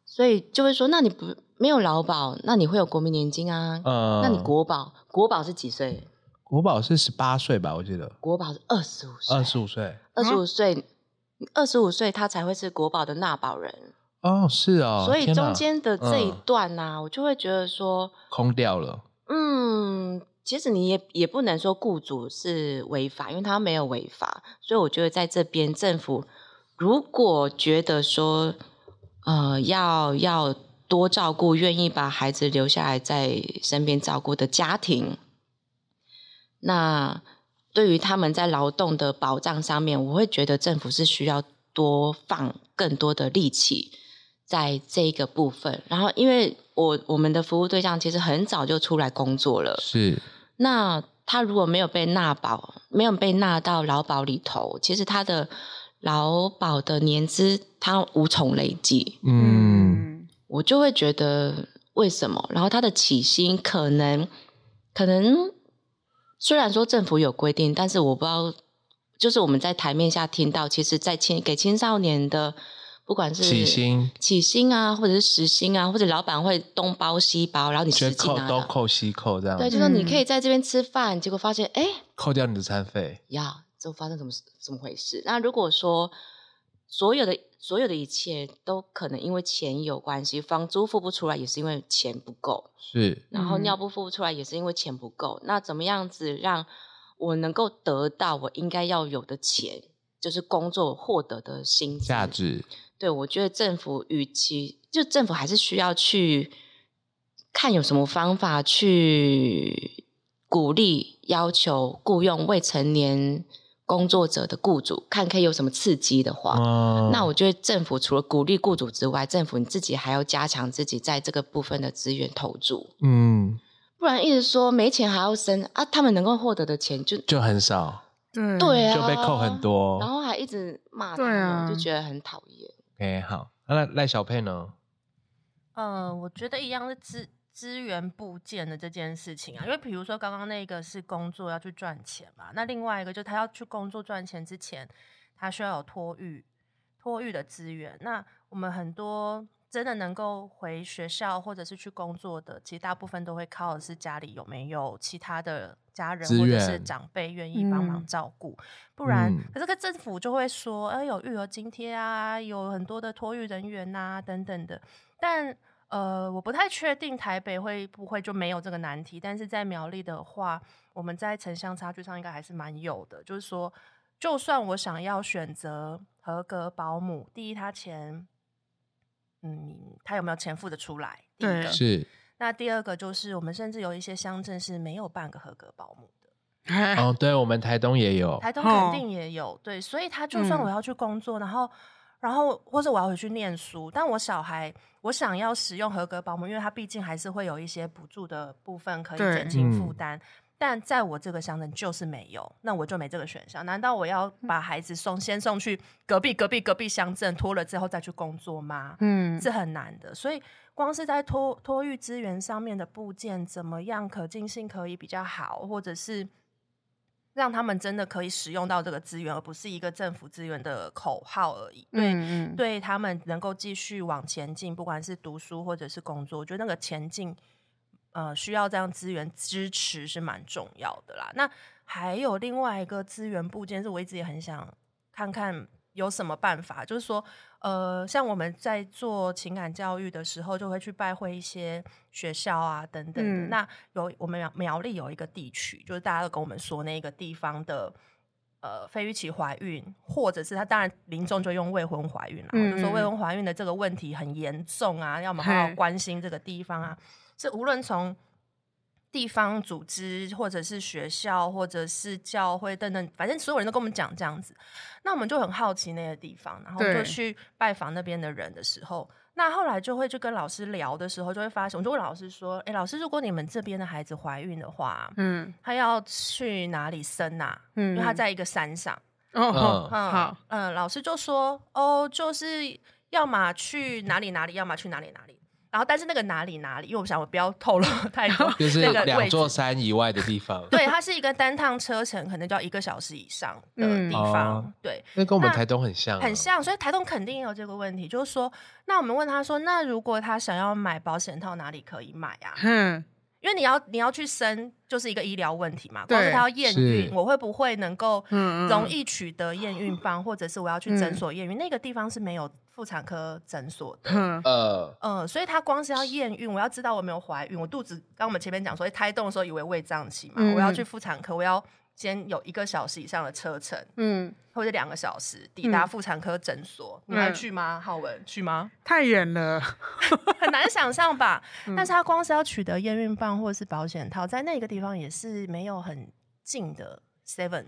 所以就会说，那你不没有劳保，那你会有国民年金啊？呃，那你国保，国保是几岁？国保是十八岁吧？我记得国保是二十五岁，二十五啊岁二十五岁，二十五岁他才会是国保的纳保人，哦，是哦，所以天哪中间的这一嗯段呢、我就会觉得说，空掉了，嗯，其实你也也不能说雇主是违法，因为他没有违法，所以我觉得在这边政府如果觉得说，呃，要要多照顾，愿意把孩子留下来在身边照顾的家庭，那对于他们在劳动的保障上面，我会觉得政府是需要多放更多的力气在这一个部分。然后，因为我我们的服务对象其实很早就出来工作了，是那他如果没有被纳保，没有被纳到劳保里头，其实他的劳保的年资他无从累计，嗯，我就会觉得为什么？然后他的起薪可能可能虽然说政府有规定，但是我不知道，就是我们在台面下听到，其实在青给青少年的不管是起薪起薪啊，或者是时薪啊，或者老板会东包西包，然后你觉得实际扣拿东到。扣西扣这样，对，就说你嗯可以在这边吃饭，结果发现哎，诶扣掉你的餐费，呀，这发生怎么事怎么回事？那如果说所有的所有的一切都可能因为钱有关系，房租付不出来也是因为钱不够，是然后嗯尿布付不出来也是因为钱不够。那怎么样子让我能够得到我应该要有的钱，就是工作获得的薪资价值，对，我觉得政府与其就政府还是需要去看有什么方法去鼓励要求雇佣未成年工作者的雇主，看可以有什么刺激的话。嗯，那我觉得政府除了鼓励雇主之外，政府你自己还要加强自己在这个部分的资源投注，嗯不然一直说没钱还要生啊，他们能够获得的钱就就很少，对对啊，就被扣很，多。然后还一直骂他对们，啊就觉得很讨厌。 OK，好，那赖赖小佩呢？呃，我觉得一样是资资源部件的这件事情啊，因为比如说刚刚那个是工作要去赚钱嘛，那另外一个就是他要去工作赚钱之前，他需要有托育托育的资源。那我们很多真的能够回学校或者是去工作的，其实大部分都会靠的是家里有没有其他的家人资或者是源长辈愿意帮忙嗯照顾。不然，嗯可是个政府就会说，呃，有育儿津贴啊，有很多的托育人员呐、等等的。但呃，我不太确定台北会不会就没有这个难题，但是在苗栗的话，我们在城乡差距上应该还是蛮有的。就是说，就算我想要选择合格保姆，第一，他钱，嗯，他有没有钱付得出来？第一对个是那第二个就是我们甚至有一些乡镇是没有半个合格保姆的。哦，对，我们台东也有，台东哦肯定也有，对，所以他就算嗯我要去工作，然后，然后或者我要回去念书，但我小孩我想要使用合格保姆，因为他毕竟还是会有一些补助的部分可以对减轻嗯负担。但在我这个乡镇就是没有，那我就没这个选项。难道我要嗯把孩子送先送去隔壁隔壁隔壁乡镇拖了之后再去工作吗？嗯是很难的。所以光是在托托育资源上面的部件，怎么样可进性可以比较好，或者是让他们真的可以使用到这个资源，而不是一个政府资源的口号而已。对。嗯嗯对他们能够继续往前进，不管是读书或者是工作，我觉得那个前进，呃，需要这样资源支持是蛮重要的啦。那还有另外一个资源部件，是我一直也很想看看有什么办法，就是说，呃，像我们在做情感教育的时候，就会去拜会一些学校啊等等的。嗯那有我们苗苗栗有一个地区，就是大家都跟我们说那个地方的。呃，非预期怀孕，或者是他当然民众就用未婚怀孕啦，嗯就说嗯未嗯婚怀孕的这个问题很严重啊，要么好好嘿关心这个地方啊，是无论从地方组织，或者是学校，或者是教会等等，反正所有人都跟我们讲这样子。那我们就很好奇那个地方，然后对就去拜访那边的人的时候，那后来就会去跟老师聊的时候，就会发现，我就问老师说：“哎，老师，如果你们这边的孩子怀孕的话，嗯他要去哪里生啊？嗯，因为他在一个山上。”哦嗯好，嗯，老师就说，哦，就是要么去哪里哪里，要么去哪里哪里。然后，但是那个哪里哪里，因为我想我不要透 露太多，就是那个两位座置。山以外的地方，对，它是一个单趟车程，可能就要一个小时以上的嗯地方。哦对，那跟我们那台东很像啊，很像，所以台东肯定有这个问题，就是说，那我们问他说，那如果他想要买保险套，哪里可以买啊？嗯哼，因为你要你要去生，就是一个医疗问题嘛。光是对他要验孕是，我会不会能够嗯嗯嗯容易取得验孕棒，或者是我要去诊所验孕？那个地方是没有妇产科诊所的。哼，呃，嗯，所以他光是要验孕，我要知道我有没有怀孕，我肚子刚我们前面讲说，诶哎胎动的时候以为胃胀气嘛，嗯我要去妇产科，我要先有一个小时以上的车程，嗯，或者两个小时抵达嗯妇产科诊所，嗯你还去吗？浩文去吗？太远了，很难想象吧？ 但是他光是要取得验孕棒或者是保险套，在那个地方也是没有很近的 Seven，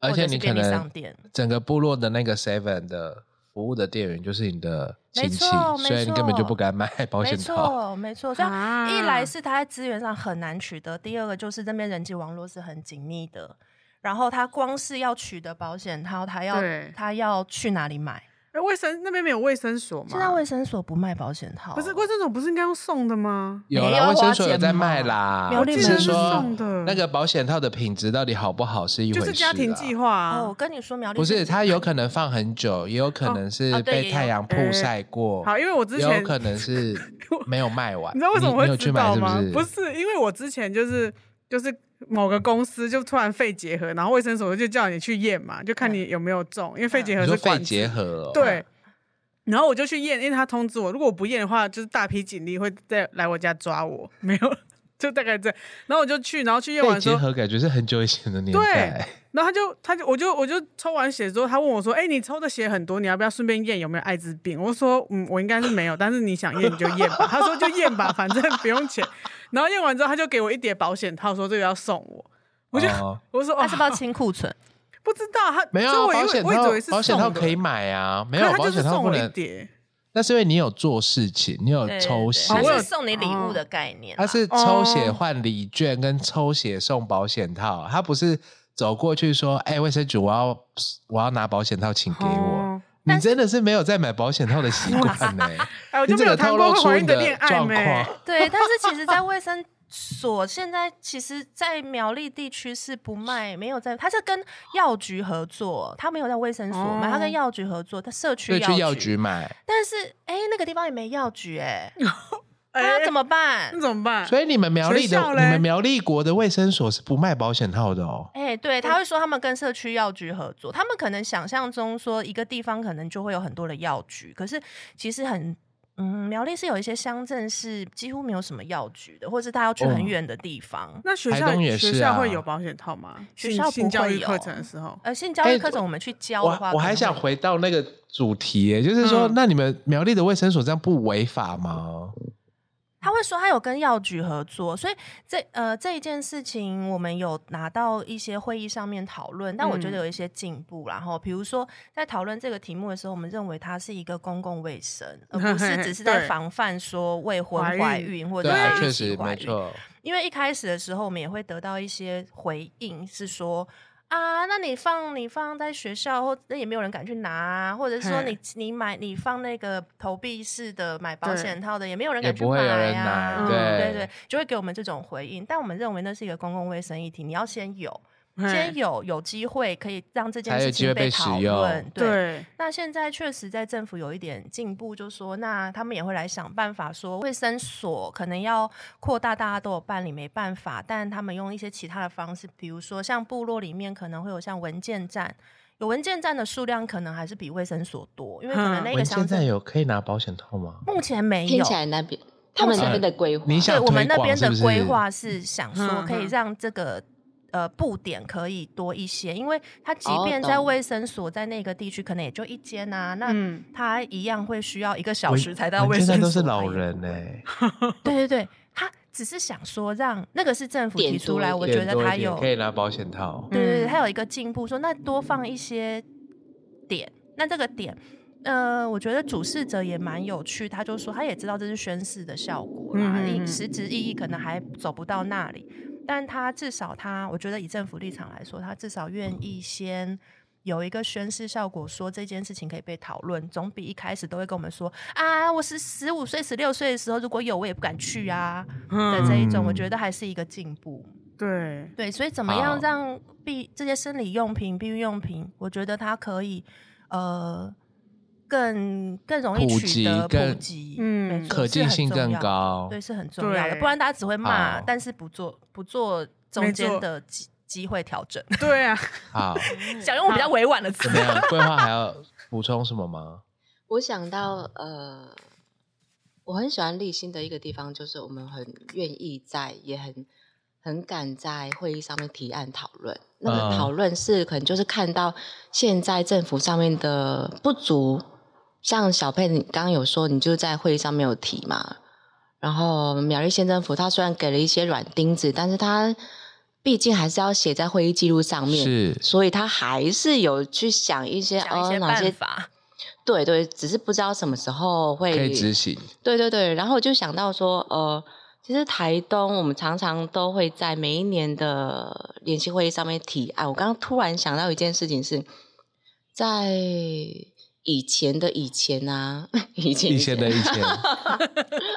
而且你可便利商能店。整个部落的那个 Seven 的服务的店员就是你的亲戚没错，没所以你根本就错不敢买保没险套。错，没错。所以啊一来是他在资源上很难取得，第二个就是这边人际网络是很紧密的。然后他光是要取得保险套，他要对他要去哪里买？哎，卫生那边没有卫生所吗？现在卫生所不卖保险套，不是卫生所不是应该用送的吗？有没有啊啦，卫生所花有钱在嘛卖啦，苗栗只没有是是说送的那个保险套的品质到底好不好是一回就事啦，是家庭计划哦，我啊。跟你说，苗栗不是，县它有可能放很久，也有可能哦是对也被有太阳曝晒过，嗯好，因为我之也有前可 能是没有卖完。你知道为什么你我你有会去知买道是吗？是？不是，因为我之前就是就是某个公司就突然肺结核，然后卫生所就叫你去验嘛，就看你有没有中，因为肺结核嗯你说是肺管制结核、哦，对。然后我就去验，因为他通知我，如果我不验的话，就是大批警力会再来我家抓我。没有， 就大概这样。然后我就去，然后去验肺完结说，核感觉是很久以前的年对代，哦然后他就他就我就我就抽完血之后，他问我说：“哎、你抽的血很多，你要不要顺便验有没有艾滋病？”我说：“嗯，我应该是没有，但是你想验你就验 吧。”他说：“就验吧，反正不用钱。”然后验完之后，他就给我一叠保险套，说这个要送我。我就、哦我说：“哦，他是不是要清库 存？不知道他没有 所以啊我以保为险我以为套，是保险套送的可以买啊，没可有是他保就是险套送不我一能。叠。那是因为你有做事情，你有对抽对血他，哦我有哦是送你礼物的概念啊、他是抽血换礼券跟抽血送保险套，他不是走过去说：“哎，卫生局，我要我要拿保险套，请给我。”哦你真的是没有在买保险套的习惯呢、哎，我你就没这个有谈透过露会出怀孕你的恋爱状没？况。对，但是其实，在卫生所现在其实，在苗栗地区是不卖，没有在，它是跟药局合作，它没有在卫生所卖，它跟药局合作，它社区对，去药药局。买，但是，哎、那个地方也没药局、 哎，哎那要怎么办那？怎么啊办？所以你们苗栗的学校你嘞们苗栗国的卫生所是不卖保险套的哦。哎、对，他会说他们跟社区药局合作，他们可能想象中说一个地方可能就会有很多的药局，可是其实很。嗯，苗栗是有一些乡镇是几乎没有什么药局的，或是他要去很哦远的地方。那学台校东也学是校啊会有保险套吗？学性校性不教会育课有程的时候，呃，性教哎育课程我们去教的我话，我可还能想会回到那个主题耶，就是说，嗯那你们苗栗的卫生所这样不违法吗？他会说他有跟药局合作，所以这呃这一件事情我们有拿到一些会议上面讨论，但我觉得嗯有一些进步啦。然后比如说在讨论这个题目的时候，我们认为它是一个公共卫生，而 不是只是在对防范说未婚怀孕怀孕或者对啊，是确预期实怀没孕。错。因为一开始的时候，我们也会得到一些回应，是说啊，那你放你放在学校，或那也没有人敢去拿、啊，或者是说嘿你你买你放那个投币式的买保对险套的，也没有人也敢去不会买有人啊，拿对对对，就会给我们这种回应。但我们认为那是一个公共卫生议题，你要先有，嘿先有有机会可以让这件才有事机情会被使讨用论，对，那现在确实在政府有一点进步，就说那他们也会来想办法，说卫生所可能要扩大，大家都有办理没办法，但他们用一些其他的方式，比如说像部落里面可能会有像文件站，有文件站的数量可能还是比卫生所多，因为可能嗯那哎个文乡件站镇有可以拿保险套吗？目前没听有起。来那边他们那边的规划，你想对我们推那广边的是不是规划是想说嗯可以嗯让这个。呃，布点可以多一些，因为它即哦便在懂卫生所，在那个地区可能也就一间啊，那嗯，他一样会需要一个小文时才到卫文生件站都所。是老人呢、对对对，他只是想说让那个是政府提出来，点多我一觉得他有可以拿保险套。对对对，嗯他有一个进步，说那多放一些点，那这个点。呃，我觉得主事者也蛮有趣，他就说他也知道这是宣誓的效果啦，嗯嗯嗯意实质意义可能还走不到那里，但他至少他，我觉得以政府立场来说，他至少愿意先有一个宣誓效果，说这件事情可以被讨论，总比一开始都会跟我们说啊，我是十五岁、十六岁的时候如果有我也不敢去啊的嗯，这一种，嗯我觉得还是一个进步。对，对，所以怎么样好让避这些生理用品、避孕用品，我觉得它可以呃更更容易普取及得普更及，嗯没错可是进很性重更要的，高，对，是很重要的。对不然大家只会骂，好但是不做不做中没间错的机机会调整。 对啊， 好，想用我比较委婉的词怎，么样？规划还要补充什么吗？我想到呃，我很喜欢立新的一个地方，就是我们很愿意在，也很很敢在会议上面提案讨论。那嗯个讨论是可能就是看到现在政府上面的不足，像小佩你刚刚有说，你就在会议上面有提嘛。然后苗栗县政府他虽然给了一些软钉子，但是他毕竟还是要写在会议记录上面，是所以他还是有去想一些想一哦些哪些办法。对对，只是不知道什么时候会可以执行，对对对，然后我就想到说，呃，其实台东我们常常都会在每一年的联席会议上面提案。我刚刚突然想到一件事情是，在以前的以前啊， 以前以前的以 前。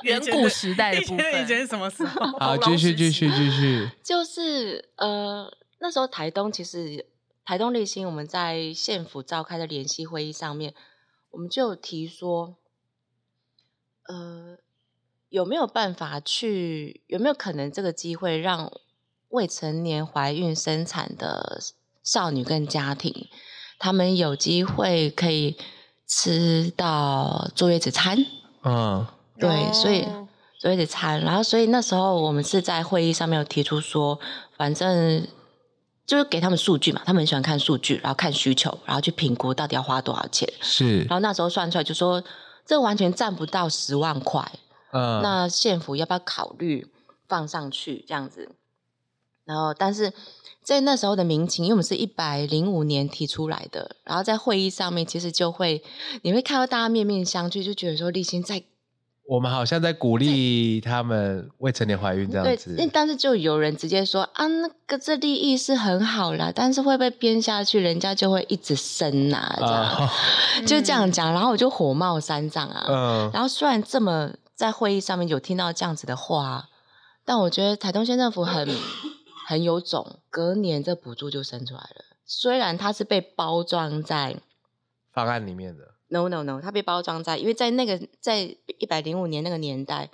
远以前古的时代的以部前分，以前是什么时候？好，继续继续继续。就是呃，那时候台东其实台东立新，我们在县府召开的联席会议上面，我们就有提说，呃，有没有办法去，有没有可能这个机会让未成年怀孕生产的少女跟家庭，他们有机会可以吃到坐月子餐，嗯，对，所以哦所以得餐。然后，所以那时候我们是在会议上面有提出说，反正就是给他们数据嘛，他们很喜欢看数据，然后看需求，然后去评估到底要花多少钱。是然，后那时候算出来就说，这完全占不到十万块，嗯，那县府要不要考虑放上去这样子？然后，但是在那时候的民情，因为我们是一百零五年提出来的，然后在会议上面，其实就会你会看到大家面面相觑，就觉得说立新在我们好像在鼓励他们未成年怀孕这样对，子，那但是就有人直接说啊，那个这利益是很好啦，但是会被编下去，人家就会一直生呐、这样、啊， 就这样讲，然后我就火冒三丈啊。嗯，然后虽然这么在会议上面有听到这样子的话，但我觉得台东县政府很很有种，隔年这补助就生出来了。虽然它是被包装在方案里面的， no no no，它被包装在，因为在那个在一百零五年那个年代，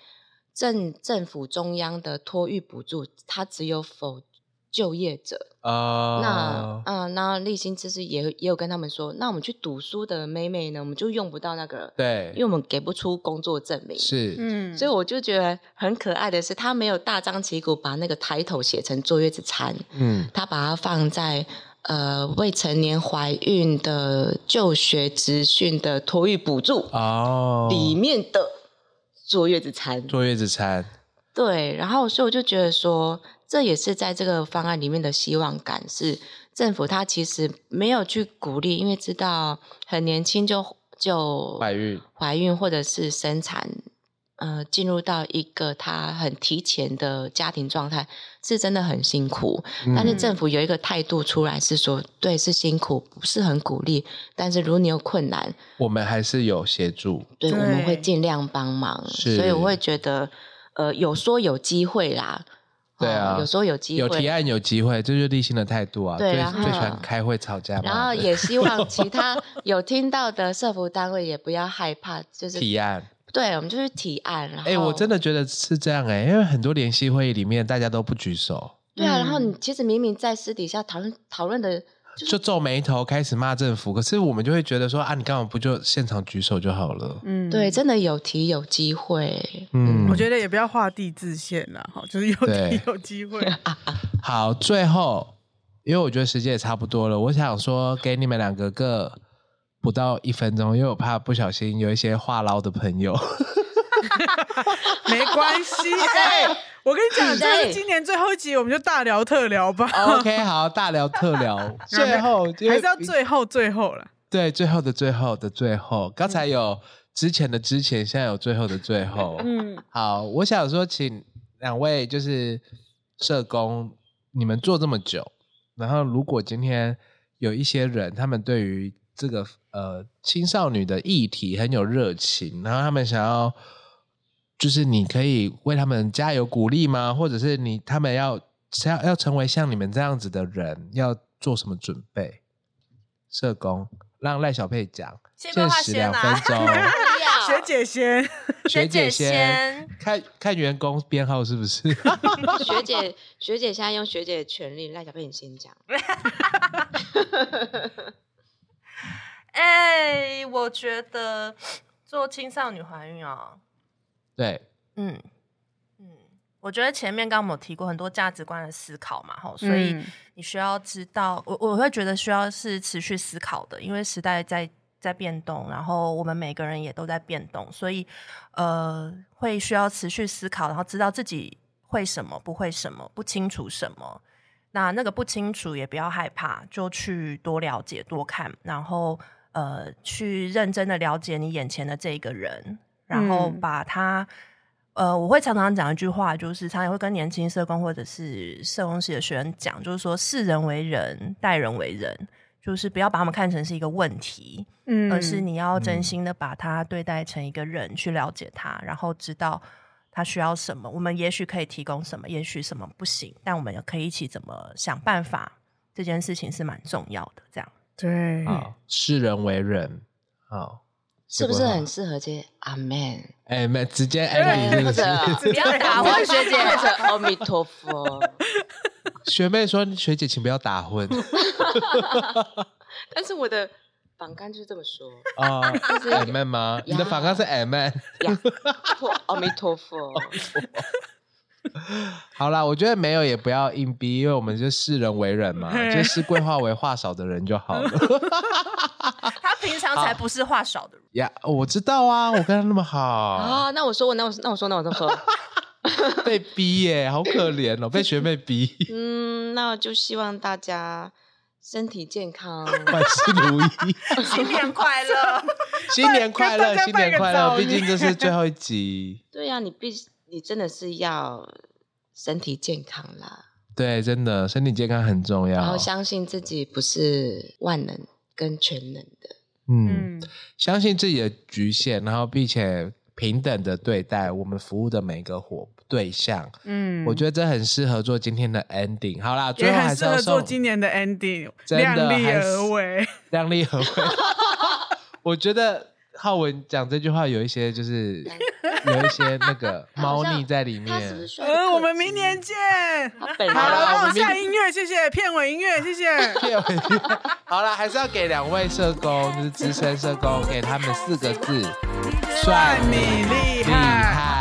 政政府中央的托育补助，它只有否就业者。那啊，嗯、那立新其实也也有跟他们说，那我们去读书的妹妹呢，我们就用不到那个了，因为对，我们给不出工作证明。是，嗯，所以我就觉得很可爱的是，他没有大张旗鼓把那个抬头写成坐月子餐，嗯，他把它放在呃未成年怀孕的就学职训的托育补助哦，里面的坐月子餐。坐月子餐，对，然后所以我就觉得说，这也是在这个方案里面的希望感是政府它其实没有去鼓励，因为知道很年轻就就怀孕，怀孕或者是生产，呃，进入到一个他很提前的家庭状态，是真的很辛苦。但是嗯政府有一个态度出来是说，对，是辛苦，不是很鼓励。但是如果你有困难，我们还是有协助，对，我们会对尽量帮忙。是所以我会觉得，呃，有说有机会啦，对啊哦有说有机有会，提案有机会，这就是立新的态度啊，对最然后最喜欢开会吵架嘛，然后也希 望其他有听到的社服单位也不要害怕，就是提案。对，我们就是提案。然后，哎、我真的觉得是这样哎、因为很多联席会议里面大家都不举手，对啊，然后嗯你其实明明在私底下讨论讨论的，就皱眉头开始骂政府，可是我们就会觉得说啊，你干嘛不就现场举手就好了？嗯对，真的有提有 机会，嗯，我觉得也不要画地自限啦，哈，就是有对有 机会，好，最后，因为我觉得时间也差不多了，我想说给你们两个各不到一分钟，因为我怕不小心有一些话唠的朋 友。没关系。 哎，我跟你讲，这对是今年最后一集，我们就大聊特聊吧， OK，好，大聊特 聊，最后哦因还为是要最后最后了。对最后的最后的最后，刚才有之前的之前，现在有最后的最后。嗯，好，我想说，请两位就是社工，你们做这么久，然后如果今天有一些人，他们对于这个呃青少女的议题很有热情，然后他们想要，就是你可以为他们加油鼓励吗？或者是你他们要要要成为像你们这样子的人，要做什么准备？社工让赖小佩讲，先规限划时先两啊分钟。学 姐先，学姐先先看看员工编号是不是？ 学姐学姐现在用学姐的权利，赖小佩你先讲，哎、我觉得做青少女怀孕哦，对，嗯嗯，我觉得前面刚刚我们有提过很多价值观的思考嘛，吼，所以嗯你需要知道，我我会觉得需要是持续思考的，因为时代在在变动，然后我们每个人也都在变动，所以呃，会需要持续思考，然后知道自己会什么，不会什么，不清楚什么。那那个不清楚也不要害怕，就去多了解、多看，然后呃，去认真的了解你眼前的这一个人，然后嗯把他。呃，我会常常讲一句话，就是常常会跟年轻社工或者是社工系的学生讲，就是说视人为人，待人为人，就是不要把他们看成是一个问题，嗯而是你要真嗯心的把他对待成一个人，去了解他，然后知道他需要什么。我们也许可以提供什么，也许什么不行，但我们也可以一起怎么想办法。这件事情是蛮重要的，这样对，好，视人为人，好，嗯是不是结果很适合接阿 man？哎？没直接 Andy 是不或是？者不要打我学姐，或者阿弥陀佛， 学妹说：“学姐，请不要打混但是我的反纲就是这么说。 啊！M N 吗？你的反纲是 M N。呀，托阿弥陀佛，好啦，我觉得没有也不要硬逼，因为我们就视人为人嘛，嘿就视规划为话少的人就好了。 他平常才不是话少 的人，呀，我知道啊，我跟他那么好，啊，那我说我那我那我说那我就说，被逼耶、好可怜哦，被学妹逼，嗯，那就希望大家身体健康，万事如意，新年快乐！ 新年快乐，跟大家新年快拜个乐！早毕竟这是最后一集，对啊呀、你必须你真的是要身体健康啦， 对，真的身体健康很重然要后。相信自己不是万能跟全能的，嗯，嗯，相信自己的局限，然后并且平等的对待我们服务的每个伙对象。嗯我觉得这很适合做今天的 ending。好啦，最也后还很是适要合送做今年的 ending，真的量力还是而 为。量力 而为。我觉得浩文讲这句话有一些 就是有一些那个猫腻在里他是不是面。需要一个嗯，我们克制明年见。他本好了，啦帮我我们下音乐，谢谢片尾音乐，谢谢。片尾 好了，还是要给两位社工，就是资深社工，给他们四个字：算你厉厉害。害。